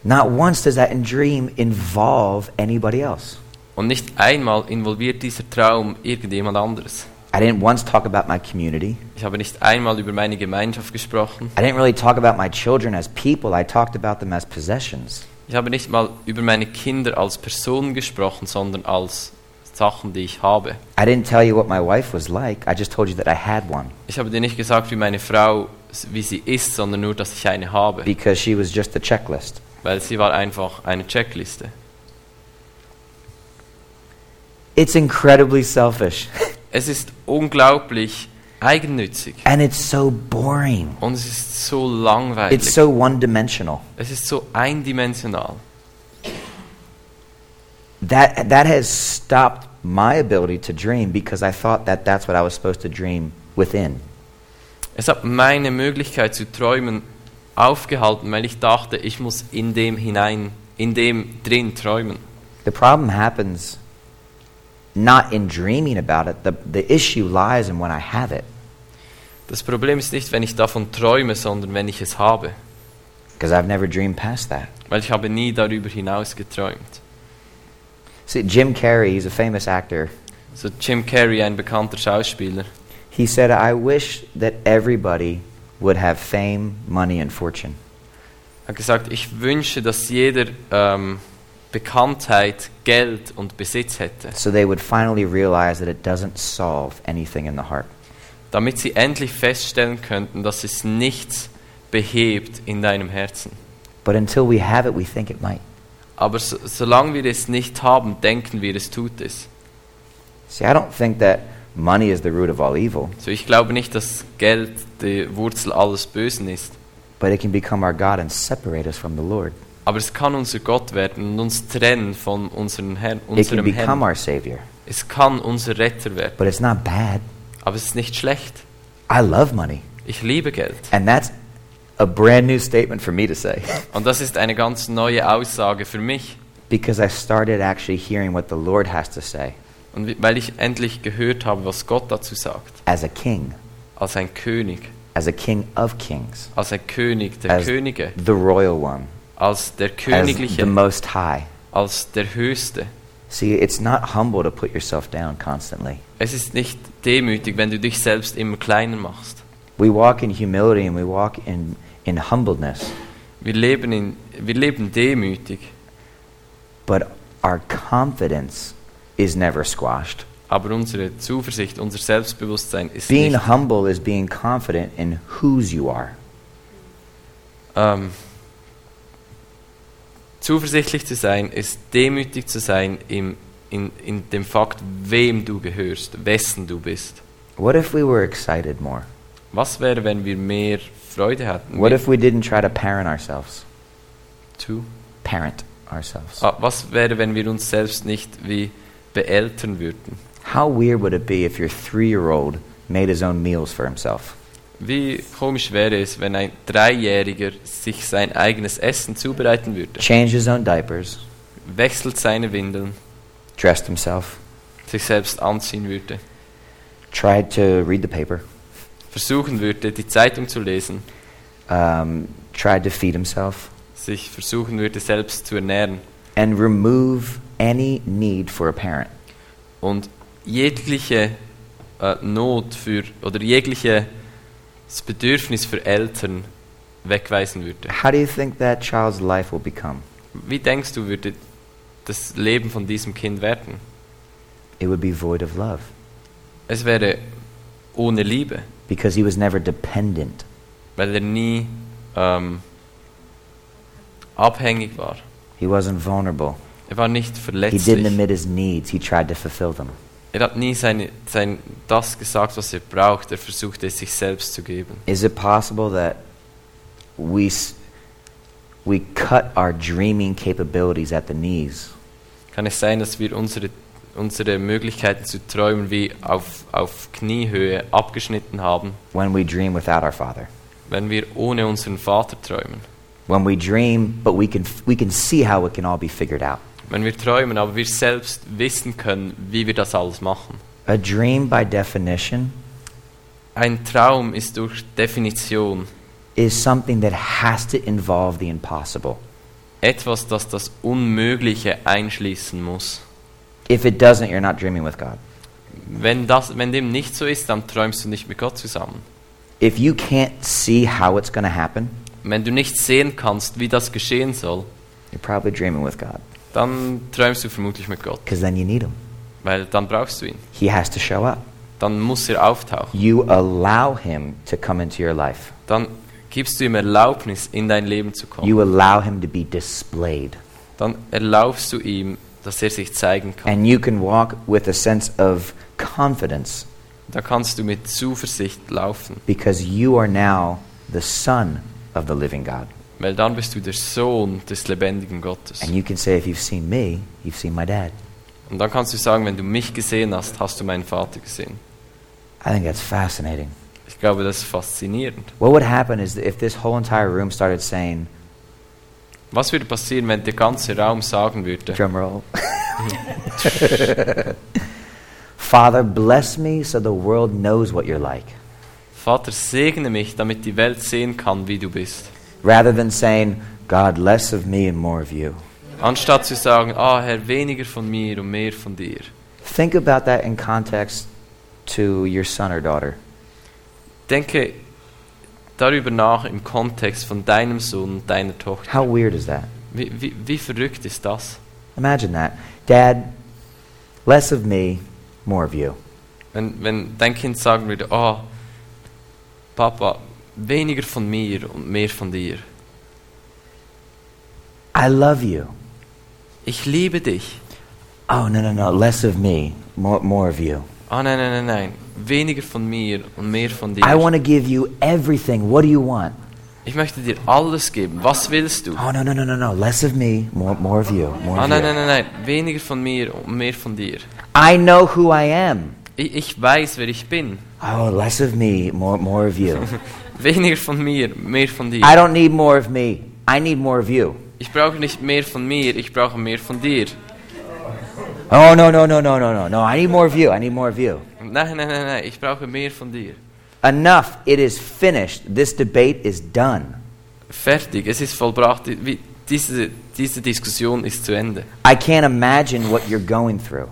[SPEAKER 1] Not once does that dream involve anybody else.
[SPEAKER 2] Und nicht einmal involviert dieser Traum irgendjemand anderes.
[SPEAKER 1] I didn't once talk about my community.
[SPEAKER 2] Ich habe nicht einmal über meine Gemeinschaft gesprochen.
[SPEAKER 1] I didn't really talk about my children as people. I talked about them as possessions.
[SPEAKER 2] Ich habe nicht mal über meine Kinder als Personen gesprochen, sondern als Sachen, die ich habe.
[SPEAKER 1] I didn't tell you what my wife was like. I just told you that I had one
[SPEAKER 2] Ich habe dir nicht gesagt, wie meine Frau, wie sie ist, sondern nur, dass ich eine habe,
[SPEAKER 1] because she was just a checklist.
[SPEAKER 2] weil sie war einfach eine Checkliste.
[SPEAKER 1] It's incredibly selfish
[SPEAKER 2] Es ist unglaublich eigennützig
[SPEAKER 1] and it's so boring.
[SPEAKER 2] und es ist so
[SPEAKER 1] It's
[SPEAKER 2] langweilig.
[SPEAKER 1] so one dimensional.
[SPEAKER 2] es ist so eindimensional.
[SPEAKER 1] That, that has stopped my ability to dream because I thought that that's what I was supposed to dream within.
[SPEAKER 2] Es hat meine Möglichkeit zu träumen aufgehalten, weil ich dachte, ich muss in dem hinein, in dem drin träumen.
[SPEAKER 1] The problem happens not in dreaming about it, the, the issue lies in when I have it
[SPEAKER 2] Das Problem ist nicht, wenn ich davon träume, sondern wenn ich es habe,
[SPEAKER 1] because I've never dreamed past that.
[SPEAKER 2] weil ich habe nie darüber hinaus geträumt.
[SPEAKER 1] See, Jim Carrey, he's a famous actor.
[SPEAKER 2] So Jim Carrey, ein bekannter Schauspieler,
[SPEAKER 1] He said, I wish that everybody would have fame, money, and fortune.
[SPEAKER 2] hat gesagt, ich wünsche, dass jeder ähm, Bekanntheit, Geld und Besitz hätte,
[SPEAKER 1] So they would finally realize that it doesn't solve anything in the heart.
[SPEAKER 2] damit sie endlich feststellen könnten, dass es nichts behebt in deinem Herzen.
[SPEAKER 1] But until we have it, we think it might.
[SPEAKER 2] Aber so, solange wir es nicht haben, denken wir, es tut es.
[SPEAKER 1] See, I don't think that money is the root of all evil,
[SPEAKER 2] So ich glaube nicht, dass Geld die Wurzel alles Bösen ist,
[SPEAKER 1] but it can become our God and separate us from the Lord.
[SPEAKER 2] aber es kann unser Gott werden und uns trennen von unseren Herrn,
[SPEAKER 1] It can
[SPEAKER 2] unserem
[SPEAKER 1] become
[SPEAKER 2] Herrn.
[SPEAKER 1] our Savior,
[SPEAKER 2] Es kann unser Retter werden,
[SPEAKER 1] but it's not bad.
[SPEAKER 2] aber es ist nicht schlecht.
[SPEAKER 1] I love money.
[SPEAKER 2] Ich liebe Geld.
[SPEAKER 1] And that's a brand new statement for me to say
[SPEAKER 2] Und das ist eine ganz neue Aussage für mich.
[SPEAKER 1] because I started actually hearing what the Lord has to say
[SPEAKER 2] Und wie- weil ich endlich gehört habe, was Gott dazu sagt.
[SPEAKER 1] as a king,
[SPEAKER 2] Als ein König,
[SPEAKER 1] as a king of kings,
[SPEAKER 2] als ein König der
[SPEAKER 1] as
[SPEAKER 2] Könige,
[SPEAKER 1] the royal one,
[SPEAKER 2] als der
[SPEAKER 1] as the
[SPEAKER 2] Königliche,
[SPEAKER 1] most high.
[SPEAKER 2] als der Höchste.
[SPEAKER 1] See, it's not humble to put yourself down constantly.
[SPEAKER 2] Es ist nicht demütig, wenn du dich selbst immer kleiner machst.
[SPEAKER 1] We walk in humility and we walk in, in humbleness,
[SPEAKER 2] Wir leben, in, wir leben demütig,
[SPEAKER 1] but our confidence is never squashed.
[SPEAKER 2] aber unsere Zuversicht, unser Selbstbewusstsein ist
[SPEAKER 1] Being
[SPEAKER 2] nicht.
[SPEAKER 1] humble is being confident in whose you are.
[SPEAKER 2] Ähm, zuversichtlich zu sein ist demütig zu sein im, in, in dem Fakt, wem du gehörst, wessen du bist.
[SPEAKER 1] What if we were excited more?
[SPEAKER 2] Was wäre, wenn wir mehr Freude hätten?
[SPEAKER 1] What if we didn't try to parent ourselves?
[SPEAKER 2] Zu-
[SPEAKER 1] Parent ourselves.
[SPEAKER 2] Uh, Ah, was wäre, wenn wir uns selbst nicht wie beeltern würden.
[SPEAKER 1] How weird would it be if your three year old made his own meals for himself?
[SPEAKER 2] Wie komisch wäre es, wenn ein Dreijähriger sich sein eigenes Essen zubereiten würde,
[SPEAKER 1] Changed his own diapers,
[SPEAKER 2] wechselt seine Windeln,
[SPEAKER 1] dressed himself,
[SPEAKER 2] sich selbst anziehen würde,
[SPEAKER 1] tried to read the paper,
[SPEAKER 2] versuchen würde, die Zeitung zu lesen,
[SPEAKER 1] um, tried to feed himself,
[SPEAKER 2] sich versuchen würde, selbst zu ernähren
[SPEAKER 1] and remove any need for a parent.
[SPEAKER 2] und jegliche äh, Not für oder jegliches Bedürfnis für Eltern wegweisen würde.
[SPEAKER 1] How do you think that child's life will become?
[SPEAKER 2] Wie denkst du, würde das Leben von diesem Kind werden?
[SPEAKER 1] It would be void of love
[SPEAKER 2] Es wäre ohne Liebe,
[SPEAKER 1] because he was never dependent.
[SPEAKER 2] weil er nie ähm, abhängig war.
[SPEAKER 1] He wasn't vulnerable.
[SPEAKER 2] Er war nicht
[SPEAKER 1] He didn't
[SPEAKER 2] verletzlich.
[SPEAKER 1] admit his needs, he tried to fulfill them.
[SPEAKER 2] Er hat nie seine, sein, das gesagt, was er braucht. Er versuchte es sich selbst zu geben.
[SPEAKER 1] Is it possible that we, s- we cut our dreaming capabilities at the knees
[SPEAKER 2] Kann es sein, dass wir unsere, unsere Möglichkeiten zu träumen wie auf, auf Kniehöhe abgeschnitten haben,
[SPEAKER 1] when we dream without our Father?
[SPEAKER 2] wenn wir ohne unseren Vater träumen?
[SPEAKER 1] When we dream, but we can, f- we can see how it can all be figured out.
[SPEAKER 2] Wenn wir träumen, aber wir selbst wissen können, wie wir das alles machen.
[SPEAKER 1] A dream, by definition,
[SPEAKER 2] Ein Traum ist durch Definition
[SPEAKER 1] is something that has to involve the impossible.
[SPEAKER 2] etwas, das das Unmögliche einschließen muss.
[SPEAKER 1] If it doesn't, you're not dreaming with God.
[SPEAKER 2] Wenn, das, wenn dem nicht so ist, dann träumst du nicht mit Gott zusammen.
[SPEAKER 1] If you can't see how it's going to happen,
[SPEAKER 2] Wenn du nicht sehen kannst, wie das geschehen soll,
[SPEAKER 1] you're probably dreaming with God
[SPEAKER 2] dann träumst du vermutlich mit Gott,
[SPEAKER 1] because then you need Him.
[SPEAKER 2] weil dann brauchst du ihn.
[SPEAKER 1] He has to show up.
[SPEAKER 2] Dann muss er auftauchen.
[SPEAKER 1] You allow Him to come into your life,
[SPEAKER 2] Dann gibst du ihm Erlaubnis, in dein Leben zu kommen.
[SPEAKER 1] you allow Him to be displayed.
[SPEAKER 2] Dann erlaubst du ihm, dass er sich zeigen kann.
[SPEAKER 1] And you can walk with a sense of confidence
[SPEAKER 2] Da kannst du mit Zuversicht laufen,
[SPEAKER 1] because you are now the Son of the living God.
[SPEAKER 2] weil dann bist du der Sohn des lebendigen Gottes.
[SPEAKER 1] And you can say, if you've seen me, you've seen my dad.
[SPEAKER 2] Und dann kannst du sagen, wenn du mich gesehen hast, hast du meinen Vater gesehen.
[SPEAKER 1] I think that's fascinating.
[SPEAKER 2] Ich glaube, das ist faszinierend.
[SPEAKER 1] What would happen is if this whole entire room started saying,
[SPEAKER 2] Was würde passieren, wenn der ganze Raum sagen würde,
[SPEAKER 1] drum roll, Father, bless me so the world knows what you're like.
[SPEAKER 2] Vater, segne mich, damit die Welt sehen kann, wie du bist.
[SPEAKER 1] Rather than saying, God, less of me and more of you.
[SPEAKER 2] Anstatt zu sagen, ah Herr, weniger von mir und mehr von dir.
[SPEAKER 1] Think about that in context to your son or daughter.
[SPEAKER 2] Denke darüber nach im Kontext von deinem Sohn und deiner Tochter.
[SPEAKER 1] How weird is that?
[SPEAKER 2] Wie, wie, wie verrückt ist das?
[SPEAKER 1] Imagine that. Dad, less of me, more of you.
[SPEAKER 2] Wenn, wenn dein Kind sagen würde, ah Papa, weniger von mir und mehr von dir.
[SPEAKER 1] I love you.
[SPEAKER 2] Ich liebe dich.
[SPEAKER 1] Oh, no, no, no. Less of me, more, more of you.
[SPEAKER 2] Ah nein, nein, nein, nein. Weniger von mir und mehr von dir.
[SPEAKER 1] I want to give you everything. What do you want?
[SPEAKER 2] ich möchte dir alles geben. Was willst du?
[SPEAKER 1] Oh, no, no, no, no, no. Less of me, more, more of you. More
[SPEAKER 2] Ah
[SPEAKER 1] of
[SPEAKER 2] nein,
[SPEAKER 1] you.
[SPEAKER 2] nein, nein, nein. Weniger von mir und mehr von dir.
[SPEAKER 1] I know who I am.
[SPEAKER 2] Ich, ich weiß, wer ich bin.
[SPEAKER 1] Oh, less of me, more, more of you.
[SPEAKER 2] Weniger von mir, mehr von dir.
[SPEAKER 1] I don't need more of me. I need more of you.
[SPEAKER 2] Ich brauche nicht mehr von mir, ich brauche mehr von dir.
[SPEAKER 1] Oh, no, no, no, no, no, no, no. I need more of you. I need more of you.
[SPEAKER 2] Nein, nein, nein, nein, ich brauche mehr von dir.
[SPEAKER 1] Enough. It is finished. This debate is done.
[SPEAKER 2] Fertig, es ist vollbracht. Wie, diese, diese Diskussion ist zu Ende.
[SPEAKER 1] I can't imagine what you're going through.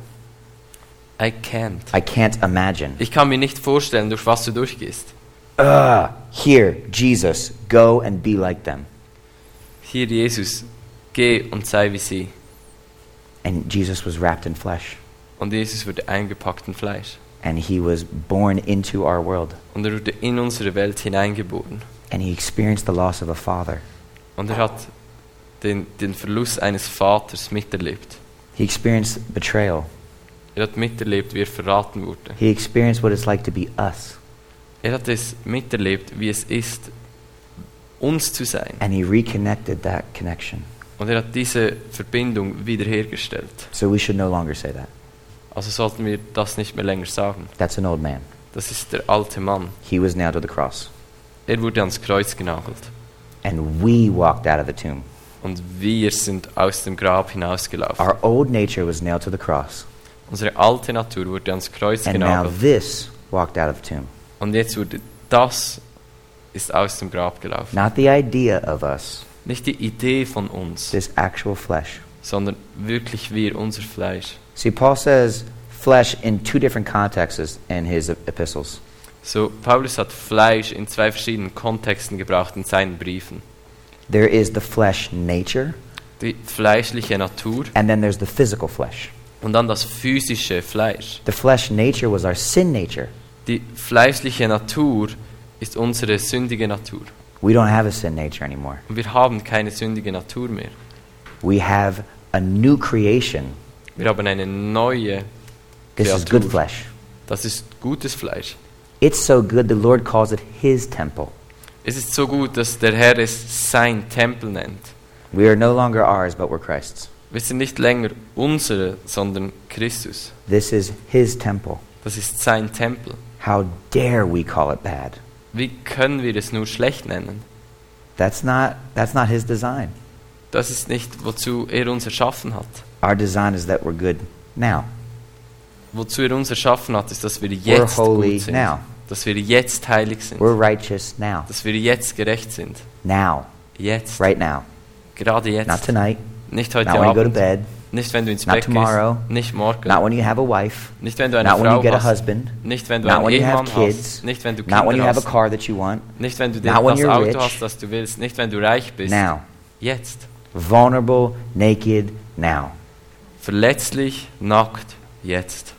[SPEAKER 2] I can't.
[SPEAKER 1] I can't imagine.
[SPEAKER 2] Ich kann mir nicht vorstellen, durch was du durchgehst.
[SPEAKER 1] Ugh. Here, Jesus, go and be like them.
[SPEAKER 2] Hier, Jesus, geh und sei wie sie.
[SPEAKER 1] And Jesus was wrapped in flesh,
[SPEAKER 2] Und Jesus wurde eingepackt in Fleisch.
[SPEAKER 1] and he was born into our world,
[SPEAKER 2] Und er wurde in unsere Welt hineingeboren.
[SPEAKER 1] and he experienced the loss of a father.
[SPEAKER 2] Und er hat den, den Verlust eines Vaters miterlebt.
[SPEAKER 1] He experienced betrayal.
[SPEAKER 2] Er hat miterlebt, wie er verraten wurde.
[SPEAKER 1] He experienced what it's like to be us,
[SPEAKER 2] Er hat es miterlebt, wie es ist, uns zu sein.
[SPEAKER 1] and he reconnected that connection.
[SPEAKER 2] Und er hat diese Verbindung wiederhergestellt.
[SPEAKER 1] So we should no longer say that.
[SPEAKER 2] Also sollten wir das nicht mehr länger sagen.
[SPEAKER 1] That's an old man.
[SPEAKER 2] Das ist der alte Mann.
[SPEAKER 1] He was nailed to the cross.
[SPEAKER 2] Er wurde ans Kreuz genagelt.
[SPEAKER 1] And we walked out of the tomb.
[SPEAKER 2] Und wir sind aus dem Grab hinausgelaufen.
[SPEAKER 1] Our old nature was nailed to the cross.
[SPEAKER 2] Unsere alte Natur wurde ans Kreuz
[SPEAKER 1] And now
[SPEAKER 2] genagelt.
[SPEAKER 1] this walked out of the tomb.
[SPEAKER 2] Und jetzt wurde das ist aus dem Grab gelaufen.
[SPEAKER 1] Not the idea of us,
[SPEAKER 2] Nicht die Idee von uns,
[SPEAKER 1] this actual flesh.
[SPEAKER 2] sondern wirklich wir, unser Fleisch.
[SPEAKER 1] See, Paul says flesh in two different contexts in his epistles.
[SPEAKER 2] So, Paulus hat Fleisch in zwei verschiedenen Kontexten gebraucht in seinen Briefen.
[SPEAKER 1] There is the flesh nature,
[SPEAKER 2] Die fleischliche Natur
[SPEAKER 1] and then there's the physical flesh.
[SPEAKER 2] und dann das physische Fleisch.
[SPEAKER 1] The flesh nature was our sin nature.
[SPEAKER 2] Die fleischliche Natur ist unsere sündige Natur.
[SPEAKER 1] We don't have a sin nature anymore.
[SPEAKER 2] Und wir haben keine sündige Natur mehr.
[SPEAKER 1] We have a new creation.
[SPEAKER 2] Wir haben eine neue
[SPEAKER 1] This is good
[SPEAKER 2] Kreatur.
[SPEAKER 1] flesh.
[SPEAKER 2] Das ist gutes Fleisch.
[SPEAKER 1] It's so good the Lord calls it his temple.
[SPEAKER 2] Es ist so gut, dass der Herr es sein Tempel nennt.
[SPEAKER 1] We are no longer ours, but we're Christ's.
[SPEAKER 2] Wir sind nicht länger unsere, sondern Christus.
[SPEAKER 1] This is his temple.
[SPEAKER 2] Das ist sein Tempel.
[SPEAKER 1] How dare we call it bad?
[SPEAKER 2] Wie können wir es nur schlecht nennen?
[SPEAKER 1] That's not, that's not his design.
[SPEAKER 2] Das ist nicht, wozu er uns erschaffen hat.
[SPEAKER 1] Our design is that we're good now.
[SPEAKER 2] Wozu er uns erschaffen hat, ist, dass wir
[SPEAKER 1] We're
[SPEAKER 2] jetzt
[SPEAKER 1] holy
[SPEAKER 2] gut sind.
[SPEAKER 1] now.
[SPEAKER 2] Dass wir jetzt heilig sind.
[SPEAKER 1] We're righteous now.
[SPEAKER 2] Dass wir jetzt gerecht sind.
[SPEAKER 1] Now.
[SPEAKER 2] Jetzt.
[SPEAKER 1] Right now.
[SPEAKER 2] Gerade jetzt.
[SPEAKER 1] Not tonight.
[SPEAKER 2] nicht
[SPEAKER 1] Not when
[SPEAKER 2] heute
[SPEAKER 1] you go to
[SPEAKER 2] Abend.
[SPEAKER 1] bed.
[SPEAKER 2] Nicht wenn du ins
[SPEAKER 1] Not
[SPEAKER 2] Bett
[SPEAKER 1] tomorrow.
[SPEAKER 2] gehst. Nicht morgen.
[SPEAKER 1] Not when you have a wife.
[SPEAKER 2] nicht wenn du eine
[SPEAKER 1] Not when you
[SPEAKER 2] Frau
[SPEAKER 1] get a
[SPEAKER 2] hast.
[SPEAKER 1] husband.
[SPEAKER 2] Nicht wenn du
[SPEAKER 1] Not
[SPEAKER 2] einen
[SPEAKER 1] when you have
[SPEAKER 2] Ehemann
[SPEAKER 1] kids.
[SPEAKER 2] hast. Nicht wenn du Kinder
[SPEAKER 1] Not when you have a
[SPEAKER 2] hast.
[SPEAKER 1] car that you want.
[SPEAKER 2] Nicht wenn du dir
[SPEAKER 1] Not when
[SPEAKER 2] das
[SPEAKER 1] you're
[SPEAKER 2] Auto
[SPEAKER 1] rich.
[SPEAKER 2] hast, das du willst. Nicht wenn du reich bist.
[SPEAKER 1] Now.
[SPEAKER 2] Jetzt.
[SPEAKER 1] Vulnerable, naked, now.
[SPEAKER 2] Verletzlich, nackt, jetzt.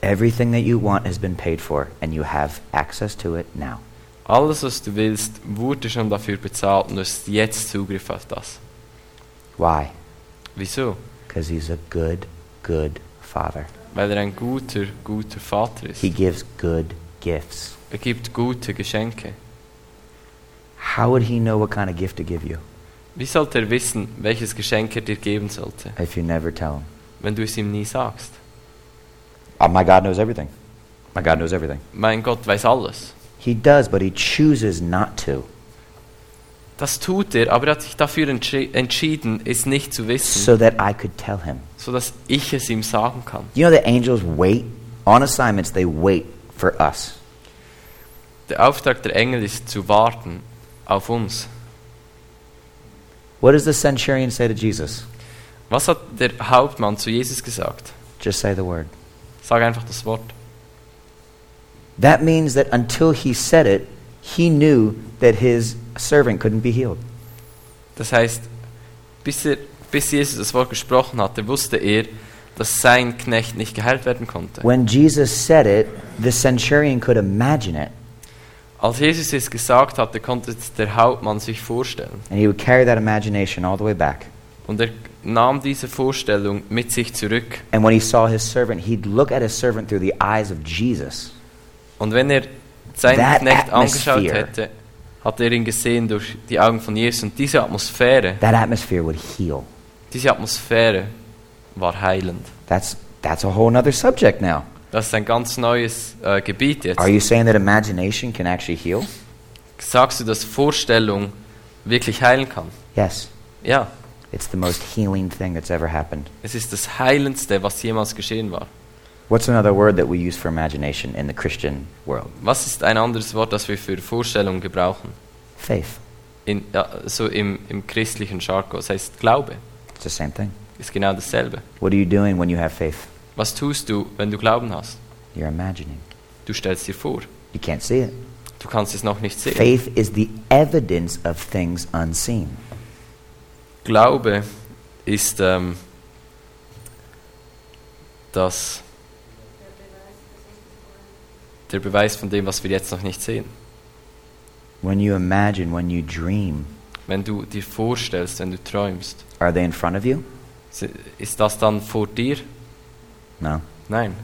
[SPEAKER 1] Everything that you want has been paid for, and you have access to it now.
[SPEAKER 2] Alles, was du willst, wurde schon dafür bezahlt und du hast jetzt Zugriff auf das.
[SPEAKER 1] Why?
[SPEAKER 2] Wieso?
[SPEAKER 1] Because he's a good, good father.
[SPEAKER 2] Weil er ein guter, guter Vater ist.
[SPEAKER 1] He gives good gifts.
[SPEAKER 2] Er gibt gute Geschenke.
[SPEAKER 1] How would he know what kind of gift to give you
[SPEAKER 2] Wie sollte er wissen, welches Geschenk er dir geben sollte,
[SPEAKER 1] if you never tell him?
[SPEAKER 2] wenn du es ihm nie sagst?
[SPEAKER 1] Oh, my God knows everything. My God knows everything.
[SPEAKER 2] Mein Gott weiß alles.
[SPEAKER 1] He does, but he chooses not to.
[SPEAKER 2] Das tut er, aber er hat sich dafür entschi entschieden, es nicht zu wissen,
[SPEAKER 1] so that I could tell him.
[SPEAKER 2] sodass ich es ihm sagen kann.
[SPEAKER 1] You know, the angels wait on assignments, they wait for us.
[SPEAKER 2] Der Auftrag der Engel ist zu warten auf uns.
[SPEAKER 1] What does the centurion say to Jesus?
[SPEAKER 2] Was hat der Hauptmann zu Jesus gesagt?
[SPEAKER 1] Just say the word.
[SPEAKER 2] Sag einfach das Wort.
[SPEAKER 1] That means that until he said it, he knew that his servant couldn't be healed.
[SPEAKER 2] Das heißt, bis, er, bis Jesus das Wort gesprochen hatte, wusste er, dass sein Knecht nicht geheilt werden konnte.
[SPEAKER 1] When Jesus said it, the centurion could imagine it,
[SPEAKER 2] Als Jesus es gesagt hatte, konnte es der Hauptmann sich vorstellen.
[SPEAKER 1] and he would carry that imagination all the way back.
[SPEAKER 2] Und er nahm diese Vorstellung mit sich zurück.
[SPEAKER 1] And when he saw his servant, he'd look at his servant through the eyes of Jesus.
[SPEAKER 2] Und wenn er seinen
[SPEAKER 1] That
[SPEAKER 2] Knecht angeschaut
[SPEAKER 1] atmosphere.
[SPEAKER 2] hätte, hat er ihn gesehen durch die Augen von Jesus. Und diese Atmosphäre,
[SPEAKER 1] That atmosphere would heal.
[SPEAKER 2] diese Atmosphäre war heilend.
[SPEAKER 1] That's, that's a whole other subject now.
[SPEAKER 2] Das ist ein ganz neues äh, Gebiet jetzt.
[SPEAKER 1] Are you saying that imagination can actually heal?
[SPEAKER 2] Sagst du, dass Vorstellung wirklich heilen kann?
[SPEAKER 1] Yes.
[SPEAKER 2] Ja,
[SPEAKER 1] It's the most healing thing that's ever happened.
[SPEAKER 2] es ist das Heilendste, was jemals geschehen war.
[SPEAKER 1] What's another word that we use for imagination in the Christian world?
[SPEAKER 2] Was ist ein anderes Wort, das wir für Vorstellung gebrauchen?
[SPEAKER 1] Faith.
[SPEAKER 2] in, ja, so im, im christlichen Jargon. Das heißt Glaube
[SPEAKER 1] It's the same thing.
[SPEAKER 2] ist genau dasselbe.
[SPEAKER 1] What are you doing when you have faith?
[SPEAKER 2] Was tust du, wenn du Glauben hast?
[SPEAKER 1] You're imagining.
[SPEAKER 2] Du stellst dir vor.
[SPEAKER 1] You can't see it.
[SPEAKER 2] Du kannst es noch nicht sehen.
[SPEAKER 1] Faith is the evidence of things unseen.
[SPEAKER 2] Glaube ist ähm, das der Beweis von dem, was wir jetzt noch nicht sehen.
[SPEAKER 1] When you imagine, when you dream,
[SPEAKER 2] Wenn du dir vorstellst, wenn du träumst,
[SPEAKER 1] are they in front of you?
[SPEAKER 2] si- ist das dann vor dir?
[SPEAKER 1] No.
[SPEAKER 2] Nein.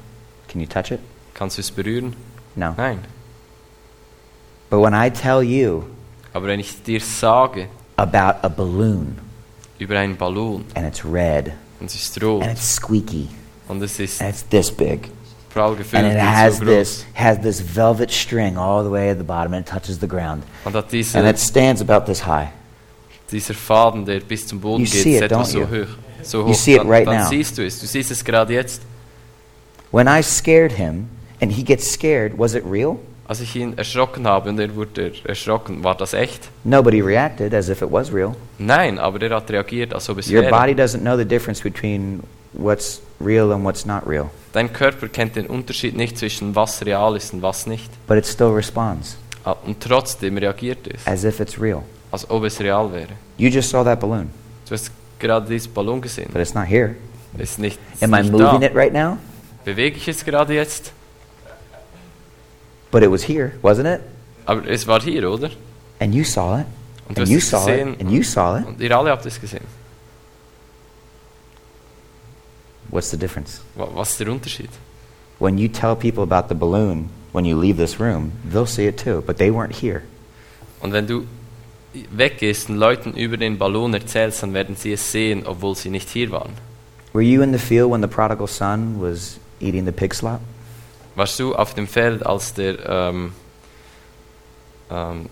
[SPEAKER 1] Can you touch it?
[SPEAKER 2] Kannst du es berühren?
[SPEAKER 1] No.
[SPEAKER 2] Nein.
[SPEAKER 1] But when I tell you
[SPEAKER 2] Aber wenn ich dir sage
[SPEAKER 1] about a balloon
[SPEAKER 2] über einen Ballon
[SPEAKER 1] and it's red
[SPEAKER 2] und es ist rot
[SPEAKER 1] and it's squeaky
[SPEAKER 2] Und es ist
[SPEAKER 1] and it's this big.
[SPEAKER 2] prall
[SPEAKER 1] And
[SPEAKER 2] gefüllt
[SPEAKER 1] it
[SPEAKER 2] und
[SPEAKER 1] has
[SPEAKER 2] so
[SPEAKER 1] this
[SPEAKER 2] groß.
[SPEAKER 1] has this velvet string all the way at the bottom and it touches the ground.
[SPEAKER 2] Und hat
[SPEAKER 1] And
[SPEAKER 2] diese,
[SPEAKER 1] it stands about this high.
[SPEAKER 2] dieser Faden, der bis zum Boden
[SPEAKER 1] You
[SPEAKER 2] geht,
[SPEAKER 1] see
[SPEAKER 2] ist
[SPEAKER 1] it,
[SPEAKER 2] etwa
[SPEAKER 1] don't
[SPEAKER 2] so
[SPEAKER 1] you?
[SPEAKER 2] hoch. So
[SPEAKER 1] You
[SPEAKER 2] hoch.
[SPEAKER 1] see it
[SPEAKER 2] dann
[SPEAKER 1] right
[SPEAKER 2] dann
[SPEAKER 1] now.
[SPEAKER 2] siehst du es. Du siehst es gerade jetzt.
[SPEAKER 1] When I scared him and he gets scared, was it real?
[SPEAKER 2] Als ich ihn erschrocken habe und er wurde erschrocken, war das echt?
[SPEAKER 1] Nobody reacted as if it was real.
[SPEAKER 2] Nein, aber er hat reagiert, als ob es
[SPEAKER 1] Your
[SPEAKER 2] wäre.
[SPEAKER 1] body doesn't know the difference between what's real and what's not real,
[SPEAKER 2] Dein Körper kennt den Unterschied nicht zwischen was real ist und was nicht.
[SPEAKER 1] but it still responds
[SPEAKER 2] Ah, Und trotzdem reagiert es,
[SPEAKER 1] as if it's real.
[SPEAKER 2] als ob es real wäre.
[SPEAKER 1] You just saw that balloon,
[SPEAKER 2] Du hast gerade diesen Ballon gesehen.
[SPEAKER 1] but it's not here.
[SPEAKER 2] Es ist nicht, es
[SPEAKER 1] Äh. Am I
[SPEAKER 2] ist nicht da.
[SPEAKER 1] moving it right now?
[SPEAKER 2] Bewege ich es gerade jetzt?
[SPEAKER 1] But it was here, wasn't it?
[SPEAKER 2] Aber es war hier, oder?
[SPEAKER 1] And you saw it.
[SPEAKER 2] Und
[SPEAKER 1] And
[SPEAKER 2] du hast
[SPEAKER 1] you
[SPEAKER 2] es
[SPEAKER 1] saw
[SPEAKER 2] gesehen.
[SPEAKER 1] it. And you saw it.
[SPEAKER 2] Und ihr alle habt es gesehen.
[SPEAKER 1] What's the difference?
[SPEAKER 2] Wa- Was ist der Unterschied?
[SPEAKER 1] When you tell people about the balloon when you leave this room, they'll see it too, but they weren't here.
[SPEAKER 2] Und wenn du weggehst und Leuten über den Ballon erzählst, dann werden sie es sehen, obwohl sie nicht hier waren.
[SPEAKER 1] Were you in the field when the prodigal son was eating the pig slop?
[SPEAKER 2] Warst du auf dem Feld, als der, ähm, ähm,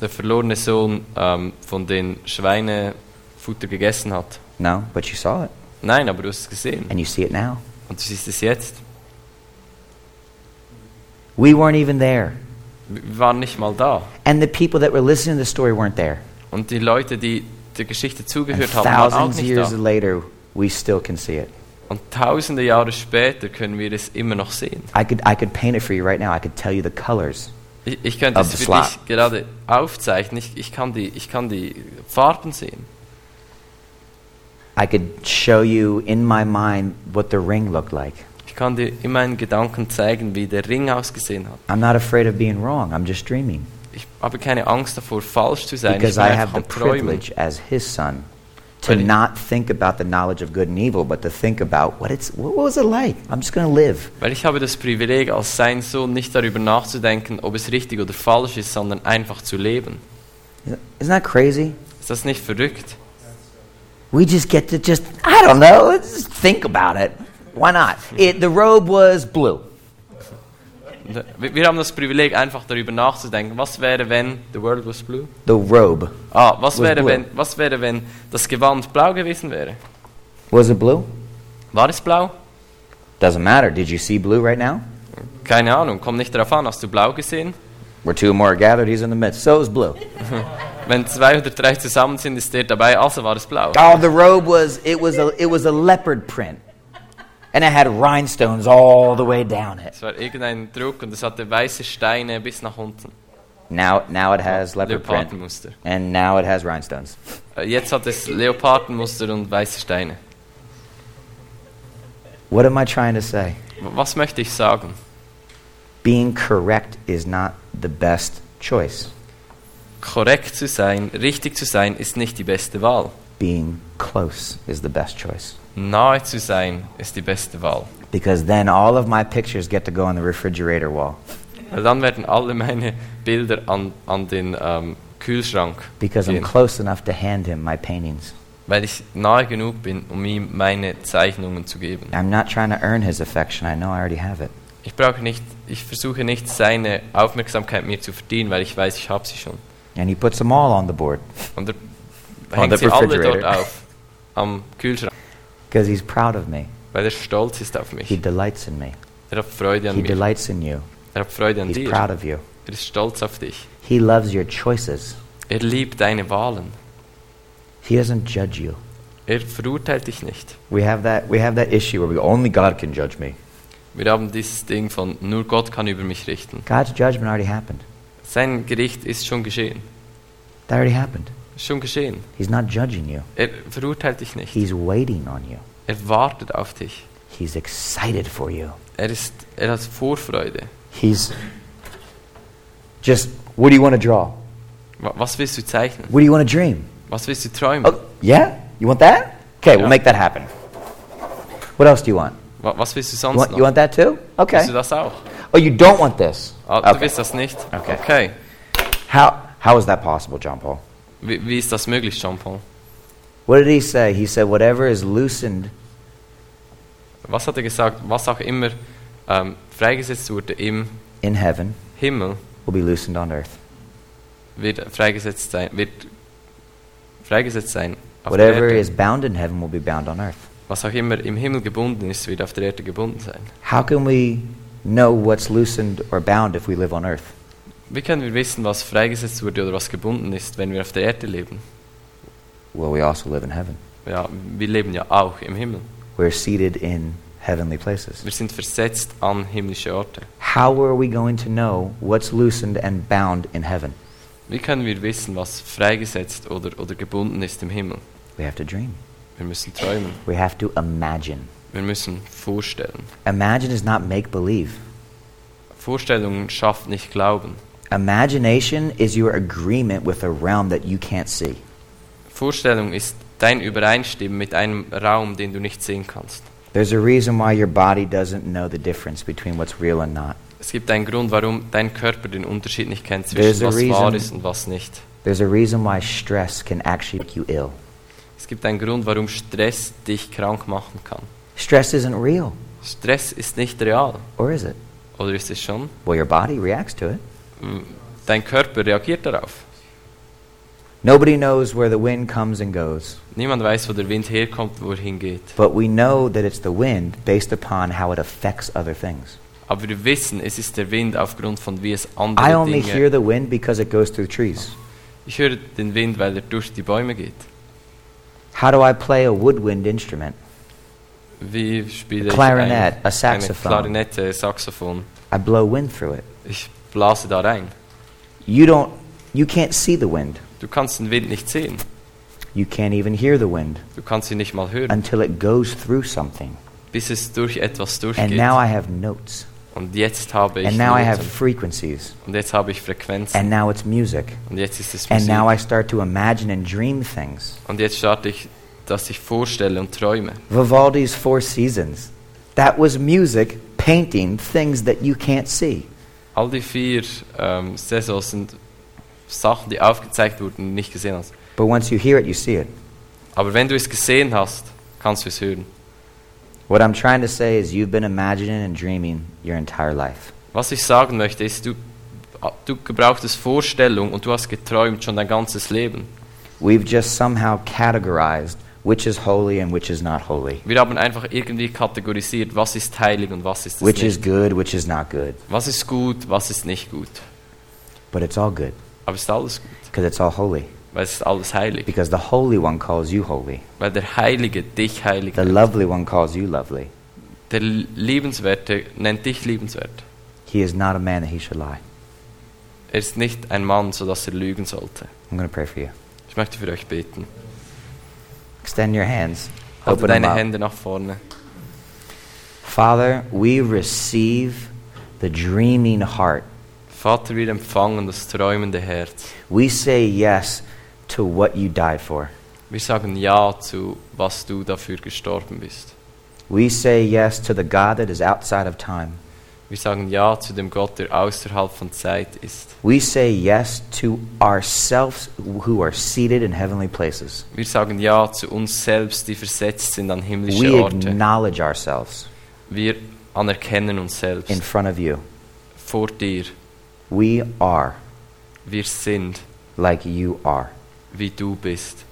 [SPEAKER 2] der verlorene Sohn ähm, von den Schweinefutter gegessen hat?
[SPEAKER 1] No, but you saw it.
[SPEAKER 2] Nein, aber du hast es gesehen.
[SPEAKER 1] And you see it now.
[SPEAKER 2] Und du siehst es jetzt.
[SPEAKER 1] We weren't even there.
[SPEAKER 2] Wir waren nicht mal da.
[SPEAKER 1] And the people that were listening to the story weren't there.
[SPEAKER 2] Und die Leute, die der Geschichte
[SPEAKER 1] And
[SPEAKER 2] zugehört haben, waren auch
[SPEAKER 1] thousands of
[SPEAKER 2] nicht
[SPEAKER 1] years
[SPEAKER 2] da.
[SPEAKER 1] later, we still can see it.
[SPEAKER 2] Und tausende Jahre später können wir es immer noch sehen.
[SPEAKER 1] I could, I could paint it for you right now. I could tell you the colors.
[SPEAKER 2] Ich, ich könnte
[SPEAKER 1] Of
[SPEAKER 2] es
[SPEAKER 1] the
[SPEAKER 2] für dich
[SPEAKER 1] slab.
[SPEAKER 2] gerade aufzeichnen. Ich, ich, kann die, ich kann die Farben sehen.
[SPEAKER 1] I could show you in my mind what the ring looked like.
[SPEAKER 2] Ich kann dir in meinen Gedanken zeigen, wie der Ring ausgesehen hat.
[SPEAKER 1] I'm not afraid of being wrong. I'm just dreaming.
[SPEAKER 2] Ich habe keine Angst davor, falsch zu sein.
[SPEAKER 1] Because
[SPEAKER 2] ich
[SPEAKER 1] I
[SPEAKER 2] bin
[SPEAKER 1] have
[SPEAKER 2] einfach
[SPEAKER 1] the
[SPEAKER 2] am Träumen.
[SPEAKER 1] privilege as his son to
[SPEAKER 2] But it-
[SPEAKER 1] not think about the knowledge of good and evil, but to think about what, it's, what was it like? I'm just going to live.
[SPEAKER 2] Weil ich habe das Privileg, als sein Sohn nicht darüber nachzudenken, ob es richtig oder falsch ist, sondern einfach zu leben.
[SPEAKER 1] Isn't that crazy?
[SPEAKER 2] Ist das nicht verrückt?
[SPEAKER 1] We just get to just, I don't know, let's just think about it. Why not? It, the robe was blue.
[SPEAKER 2] Wir wir haben das Privileg, einfach darüber nachzudenken. Was wäre, wenn the world was blue?
[SPEAKER 1] The robe.
[SPEAKER 2] Ah, was
[SPEAKER 1] Was
[SPEAKER 2] wäre,
[SPEAKER 1] blue.
[SPEAKER 2] wenn, was wäre, wenn das Gewand blau gewesen wäre?
[SPEAKER 1] Was it blue?
[SPEAKER 2] War es blau?
[SPEAKER 1] Doesn't matter. Did you see blue right now?
[SPEAKER 2] Keine Ahnung, kommt nicht darauf an. Hast du blau gesehen?
[SPEAKER 1] Where two or more are gathered, he's in the midst. So is blue.
[SPEAKER 2] Wenn zwei oder drei zusammen sind, ist der dabei, also war es blau.
[SPEAKER 1] Oh, the robe was it was a it was a leopard print. And it had rhinestones all the way down it.
[SPEAKER 2] Es war irgendein Druck und es hatte weiße Steine bis nach unten.
[SPEAKER 1] Now now it has leopard print.
[SPEAKER 2] Leopardenmuster.
[SPEAKER 1] And now it has rhinestones.
[SPEAKER 2] Äh, Jetzt hat es Leopardenmuster und weiße Steine.
[SPEAKER 1] What am I trying to say?
[SPEAKER 2] W- Was möchte ich sagen?
[SPEAKER 1] Being correct is not the best choice.
[SPEAKER 2] Korrekt zu sein, richtig zu sein, ist nicht die beste Wahl.
[SPEAKER 1] Being close is the best choice.
[SPEAKER 2] Nahe zu sein ist die beste Wahl.
[SPEAKER 1] Because then all of my pictures get to go on the refrigerator wall.
[SPEAKER 2] Weil dann werden alle meine Bilder an, an den ähm, Kühlschrank
[SPEAKER 1] Because I'm
[SPEAKER 2] gehen,
[SPEAKER 1] close enough to hand him my paintings.
[SPEAKER 2] weil ich nahe genug bin, um ihm meine Zeichnungen zu geben.
[SPEAKER 1] I'm not trying to earn his affection. I know I already have it.
[SPEAKER 2] Ich brauche nicht, ich versuche nicht seine Aufmerksamkeit mir zu verdienen, weil ich weiß, ich habe sie schon.
[SPEAKER 1] And he puts them all on the board
[SPEAKER 2] Und er
[SPEAKER 1] On the
[SPEAKER 2] hängt sie alle dort
[SPEAKER 1] refrigerator.
[SPEAKER 2] auf am Kühlschrank,
[SPEAKER 1] because he's proud of me.
[SPEAKER 2] weil er stolz ist auf
[SPEAKER 1] He
[SPEAKER 2] mich.
[SPEAKER 1] delights in me.
[SPEAKER 2] Er hat Freude an
[SPEAKER 1] He
[SPEAKER 2] mir.
[SPEAKER 1] delights in you.
[SPEAKER 2] Er hat Freude an
[SPEAKER 1] He's
[SPEAKER 2] dir.
[SPEAKER 1] proud
[SPEAKER 2] Er
[SPEAKER 1] of you.
[SPEAKER 2] ist stolz auf dich.
[SPEAKER 1] He loves your choices.
[SPEAKER 2] Er liebt deine Wahlen.
[SPEAKER 1] He doesn't judge you.
[SPEAKER 2] Er verurteilt dich nicht.
[SPEAKER 1] We have that we have that issue where we go, only God can judge me.
[SPEAKER 2] Wir haben dieses Ding von nur Gott kann über mich richten.
[SPEAKER 1] God's judgment already happened.
[SPEAKER 2] Sein Gericht ist schon geschehen.
[SPEAKER 1] That already happened.
[SPEAKER 2] Ist schon geschehen.
[SPEAKER 1] He's not judging you.
[SPEAKER 2] Er verurteilt dich nicht.
[SPEAKER 1] He's waiting on you.
[SPEAKER 2] Er wartet auf dich.
[SPEAKER 1] He's excited for you.
[SPEAKER 2] Er, ist, er hat Vorfreude.
[SPEAKER 1] He's just what do you want to draw?
[SPEAKER 2] Wa- Was willst du zeichnen?
[SPEAKER 1] What do you want to dream?
[SPEAKER 2] Was willst du träumen?
[SPEAKER 1] Oh, yeah? You want that? Okay,
[SPEAKER 2] Yeah.
[SPEAKER 1] we'll make that happen. What else do you want?
[SPEAKER 2] Wa- Was willst du
[SPEAKER 1] You
[SPEAKER 2] sonst
[SPEAKER 1] want,
[SPEAKER 2] noch?
[SPEAKER 1] you want that too?
[SPEAKER 2] Willst du
[SPEAKER 1] Okay.
[SPEAKER 2] das auch?
[SPEAKER 1] Oh, you don't want this.
[SPEAKER 2] Ah, Du
[SPEAKER 1] Okay.
[SPEAKER 2] willst das nicht?
[SPEAKER 1] Okay.
[SPEAKER 2] okay.
[SPEAKER 1] How, how is that possible, John Paul?
[SPEAKER 2] Wie, wie ist das möglich, Jean-Paul?
[SPEAKER 1] What did he say? He said, whatever is loosened
[SPEAKER 2] was hat er gesagt, was auch immer ähm, freigesetzt wurde im
[SPEAKER 1] in heaven
[SPEAKER 2] Himmel,
[SPEAKER 1] will be loosened on earth.
[SPEAKER 2] wird freigesetzt sein, wird freigesetzt sein. auf der
[SPEAKER 1] Whatever
[SPEAKER 2] Erde.
[SPEAKER 1] is bound in heaven will be bound on earth.
[SPEAKER 2] Was auch immer im Himmel gebunden ist, wird auf der Erde gebunden sein.
[SPEAKER 1] How can we know what's loosened or bound if we live on earth?
[SPEAKER 2] Wie können wir wissen, was freigesetzt wurde oder was gebunden ist, wenn wir auf der Erde leben?
[SPEAKER 1] Well, we also live in heaven.
[SPEAKER 2] Ja, wir leben ja auch im Himmel.
[SPEAKER 1] We're seated in heavenly places.
[SPEAKER 2] Wir sind versetzt an himmlische Orte.
[SPEAKER 1] How are we going to know what's loosened and bound in heaven?
[SPEAKER 2] Wie können wir wissen, was freigesetzt oder, oder gebunden ist im Himmel?
[SPEAKER 1] We have to dream.
[SPEAKER 2] Wir müssen träumen.
[SPEAKER 1] We have to imagine.
[SPEAKER 2] Wir müssen vorstellen.
[SPEAKER 1] Imagine is not make believe.
[SPEAKER 2] Vorstellungen schafft nicht Glauben.
[SPEAKER 1] Imagination is your agreement with a realm that you can't see.
[SPEAKER 2] Vorstellung ist dein Übereinstimmen mit einem Raum, den du nicht sehen kannst.
[SPEAKER 1] There's a reason why your body doesn't know the difference between what's real and not.
[SPEAKER 2] Es gibt einen Grund, warum dein Körper den Unterschied nicht kennt
[SPEAKER 1] There's
[SPEAKER 2] zwischen
[SPEAKER 1] a
[SPEAKER 2] was wahr
[SPEAKER 1] reason.
[SPEAKER 2] ist und was nicht.
[SPEAKER 1] There's a reason why stress can actually make you ill.
[SPEAKER 2] Es gibt einen Grund, warum Stress dich krank machen kann.
[SPEAKER 1] Stress isn't real,
[SPEAKER 2] Stress ist nicht real.
[SPEAKER 1] or is it?
[SPEAKER 2] Oder ist es schon?
[SPEAKER 1] Well, your body reacts to it.
[SPEAKER 2] Dein Körper reagiert darauf.
[SPEAKER 1] Nobody knows where the wind comes and goes,
[SPEAKER 2] Niemand weiß, wo der Wind herkommt, wo er hingeht.
[SPEAKER 1] but we know that it's the wind based upon how it affects other things.
[SPEAKER 2] Aber wir wissen, es ist der Wind aufgrund von wie es andere
[SPEAKER 1] I only
[SPEAKER 2] Dinge.
[SPEAKER 1] hear the wind because it goes through trees.
[SPEAKER 2] ich höre den Wind, weil er durch die Bäume geht.
[SPEAKER 1] How do I play a woodwind instrument?
[SPEAKER 2] Wie spiele ich
[SPEAKER 1] Clarinet,
[SPEAKER 2] ein,
[SPEAKER 1] a saxophone.
[SPEAKER 2] Eine Klarinette, Saxophon.
[SPEAKER 1] I blow wind through it.
[SPEAKER 2] Ich blase da rein.
[SPEAKER 1] You don't you can't see the wind.
[SPEAKER 2] Du kannst den Wind nicht sehen.
[SPEAKER 1] You can't even hear the wind
[SPEAKER 2] Du kannst ihn nicht mal hören,
[SPEAKER 1] until it goes through something.
[SPEAKER 2] bis es durch etwas
[SPEAKER 1] And
[SPEAKER 2] durchgeht.
[SPEAKER 1] now I have notes.
[SPEAKER 2] Und jetzt habe ich
[SPEAKER 1] And now I have
[SPEAKER 2] Noten.
[SPEAKER 1] frequencies.
[SPEAKER 2] Und jetzt habe ich Frequenzen.
[SPEAKER 1] And now it's music.
[SPEAKER 2] und jetzt ist es
[SPEAKER 1] And
[SPEAKER 2] Musik.
[SPEAKER 1] now I start to imagine and dream things.
[SPEAKER 2] und jetzt starte ich, dass ich vorstelle und träume.
[SPEAKER 1] Vivaldi's Four Seasons. That was music painting things that you can't see.
[SPEAKER 2] All die vier ähm, Saisons sind Sachen, die aufgezeigt wurden und nicht gesehen hast.
[SPEAKER 1] But once you hear it, you see it.
[SPEAKER 2] Aber wenn du es gesehen hast, kannst du es hören.
[SPEAKER 1] What I'm trying to say is you've been imagining and dreaming your entire life.
[SPEAKER 2] Was ich sagen möchte, ist, du, du gebrauchtest Vorstellung und du hast geträumt schon dein ganzes Leben.
[SPEAKER 1] We've just somehow categorized which is holy and which is not holy,
[SPEAKER 2] Wir haben einfach irgendwie kategorisiert, was ist heilig und was ist es
[SPEAKER 1] which is
[SPEAKER 2] nicht.
[SPEAKER 1] good, which is not good.
[SPEAKER 2] Was ist gut, was ist nicht gut.
[SPEAKER 1] But it's all good
[SPEAKER 2] Aber es ist alles gut,
[SPEAKER 1] because it's all holy.
[SPEAKER 2] weil es ist alles heilig.
[SPEAKER 1] Because the Holy One calls you holy,
[SPEAKER 2] Weil der Heilige dich heilig
[SPEAKER 1] the
[SPEAKER 2] nennt.
[SPEAKER 1] lovely one calls you lovely.
[SPEAKER 2] Der Liebenswerte nennt dich liebenswert.
[SPEAKER 1] He is not a man that he should lie.
[SPEAKER 2] Er ist nicht ein Mann, sodass er lügen sollte.
[SPEAKER 1] I'm going to pray for you.
[SPEAKER 2] Ich möchte für euch beten.
[SPEAKER 1] Extend your hands.
[SPEAKER 2] Halte
[SPEAKER 1] Open them
[SPEAKER 2] deine
[SPEAKER 1] up.
[SPEAKER 2] Hände nach vorne.
[SPEAKER 1] Father, we receive the dreaming heart.
[SPEAKER 2] Vater, wir empfangen das träumende Herz.
[SPEAKER 1] We say yes to what you died for.
[SPEAKER 2] Wir sagen Ja zu, was du dafür gestorben bist.
[SPEAKER 1] We say yes to the God that is outside of time.
[SPEAKER 2] Wir sagen Ja zu dem Gott, der außerhalb von Zeit ist.
[SPEAKER 1] We say yes to ourselves who are seated in heavenly places.
[SPEAKER 2] Wir sagen Ja zu uns selbst, die versetzt sind an himmlische
[SPEAKER 1] We
[SPEAKER 2] Orte.
[SPEAKER 1] acknowledge ourselves
[SPEAKER 2] Wir anerkennen uns selbst
[SPEAKER 1] in front of you.
[SPEAKER 2] vor dir.
[SPEAKER 1] We are
[SPEAKER 2] Wir sind,
[SPEAKER 1] like you are.
[SPEAKER 2] wie du bist.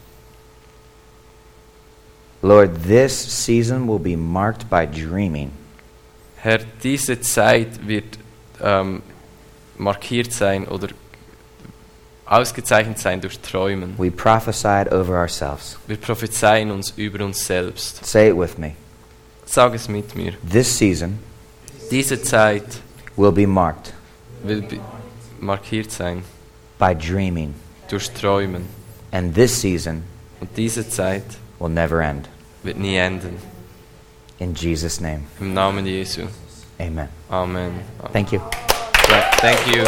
[SPEAKER 1] Lord, this season will be marked by dreaming.
[SPEAKER 2] Herr, diese Zeit wird ähm, markiert sein oder ausgezeichnet sein durch Träumen.
[SPEAKER 1] We prophesied over ourselves.
[SPEAKER 2] Wir prophezeien uns über uns selbst.
[SPEAKER 1] Say it with me.
[SPEAKER 2] Sag es mit mir.
[SPEAKER 1] This season
[SPEAKER 2] Diese Zeit
[SPEAKER 1] will be marked
[SPEAKER 2] will be- markiert sein
[SPEAKER 1] by dreaming,
[SPEAKER 2] durch Träumen.
[SPEAKER 1] and this season
[SPEAKER 2] Und diese Zeit
[SPEAKER 1] will never end.
[SPEAKER 2] wird nie enden.
[SPEAKER 1] In Jesus' name,
[SPEAKER 2] Im Namen Jesu.
[SPEAKER 1] amen.
[SPEAKER 2] Amen.
[SPEAKER 1] Thank you.
[SPEAKER 2] Thank you.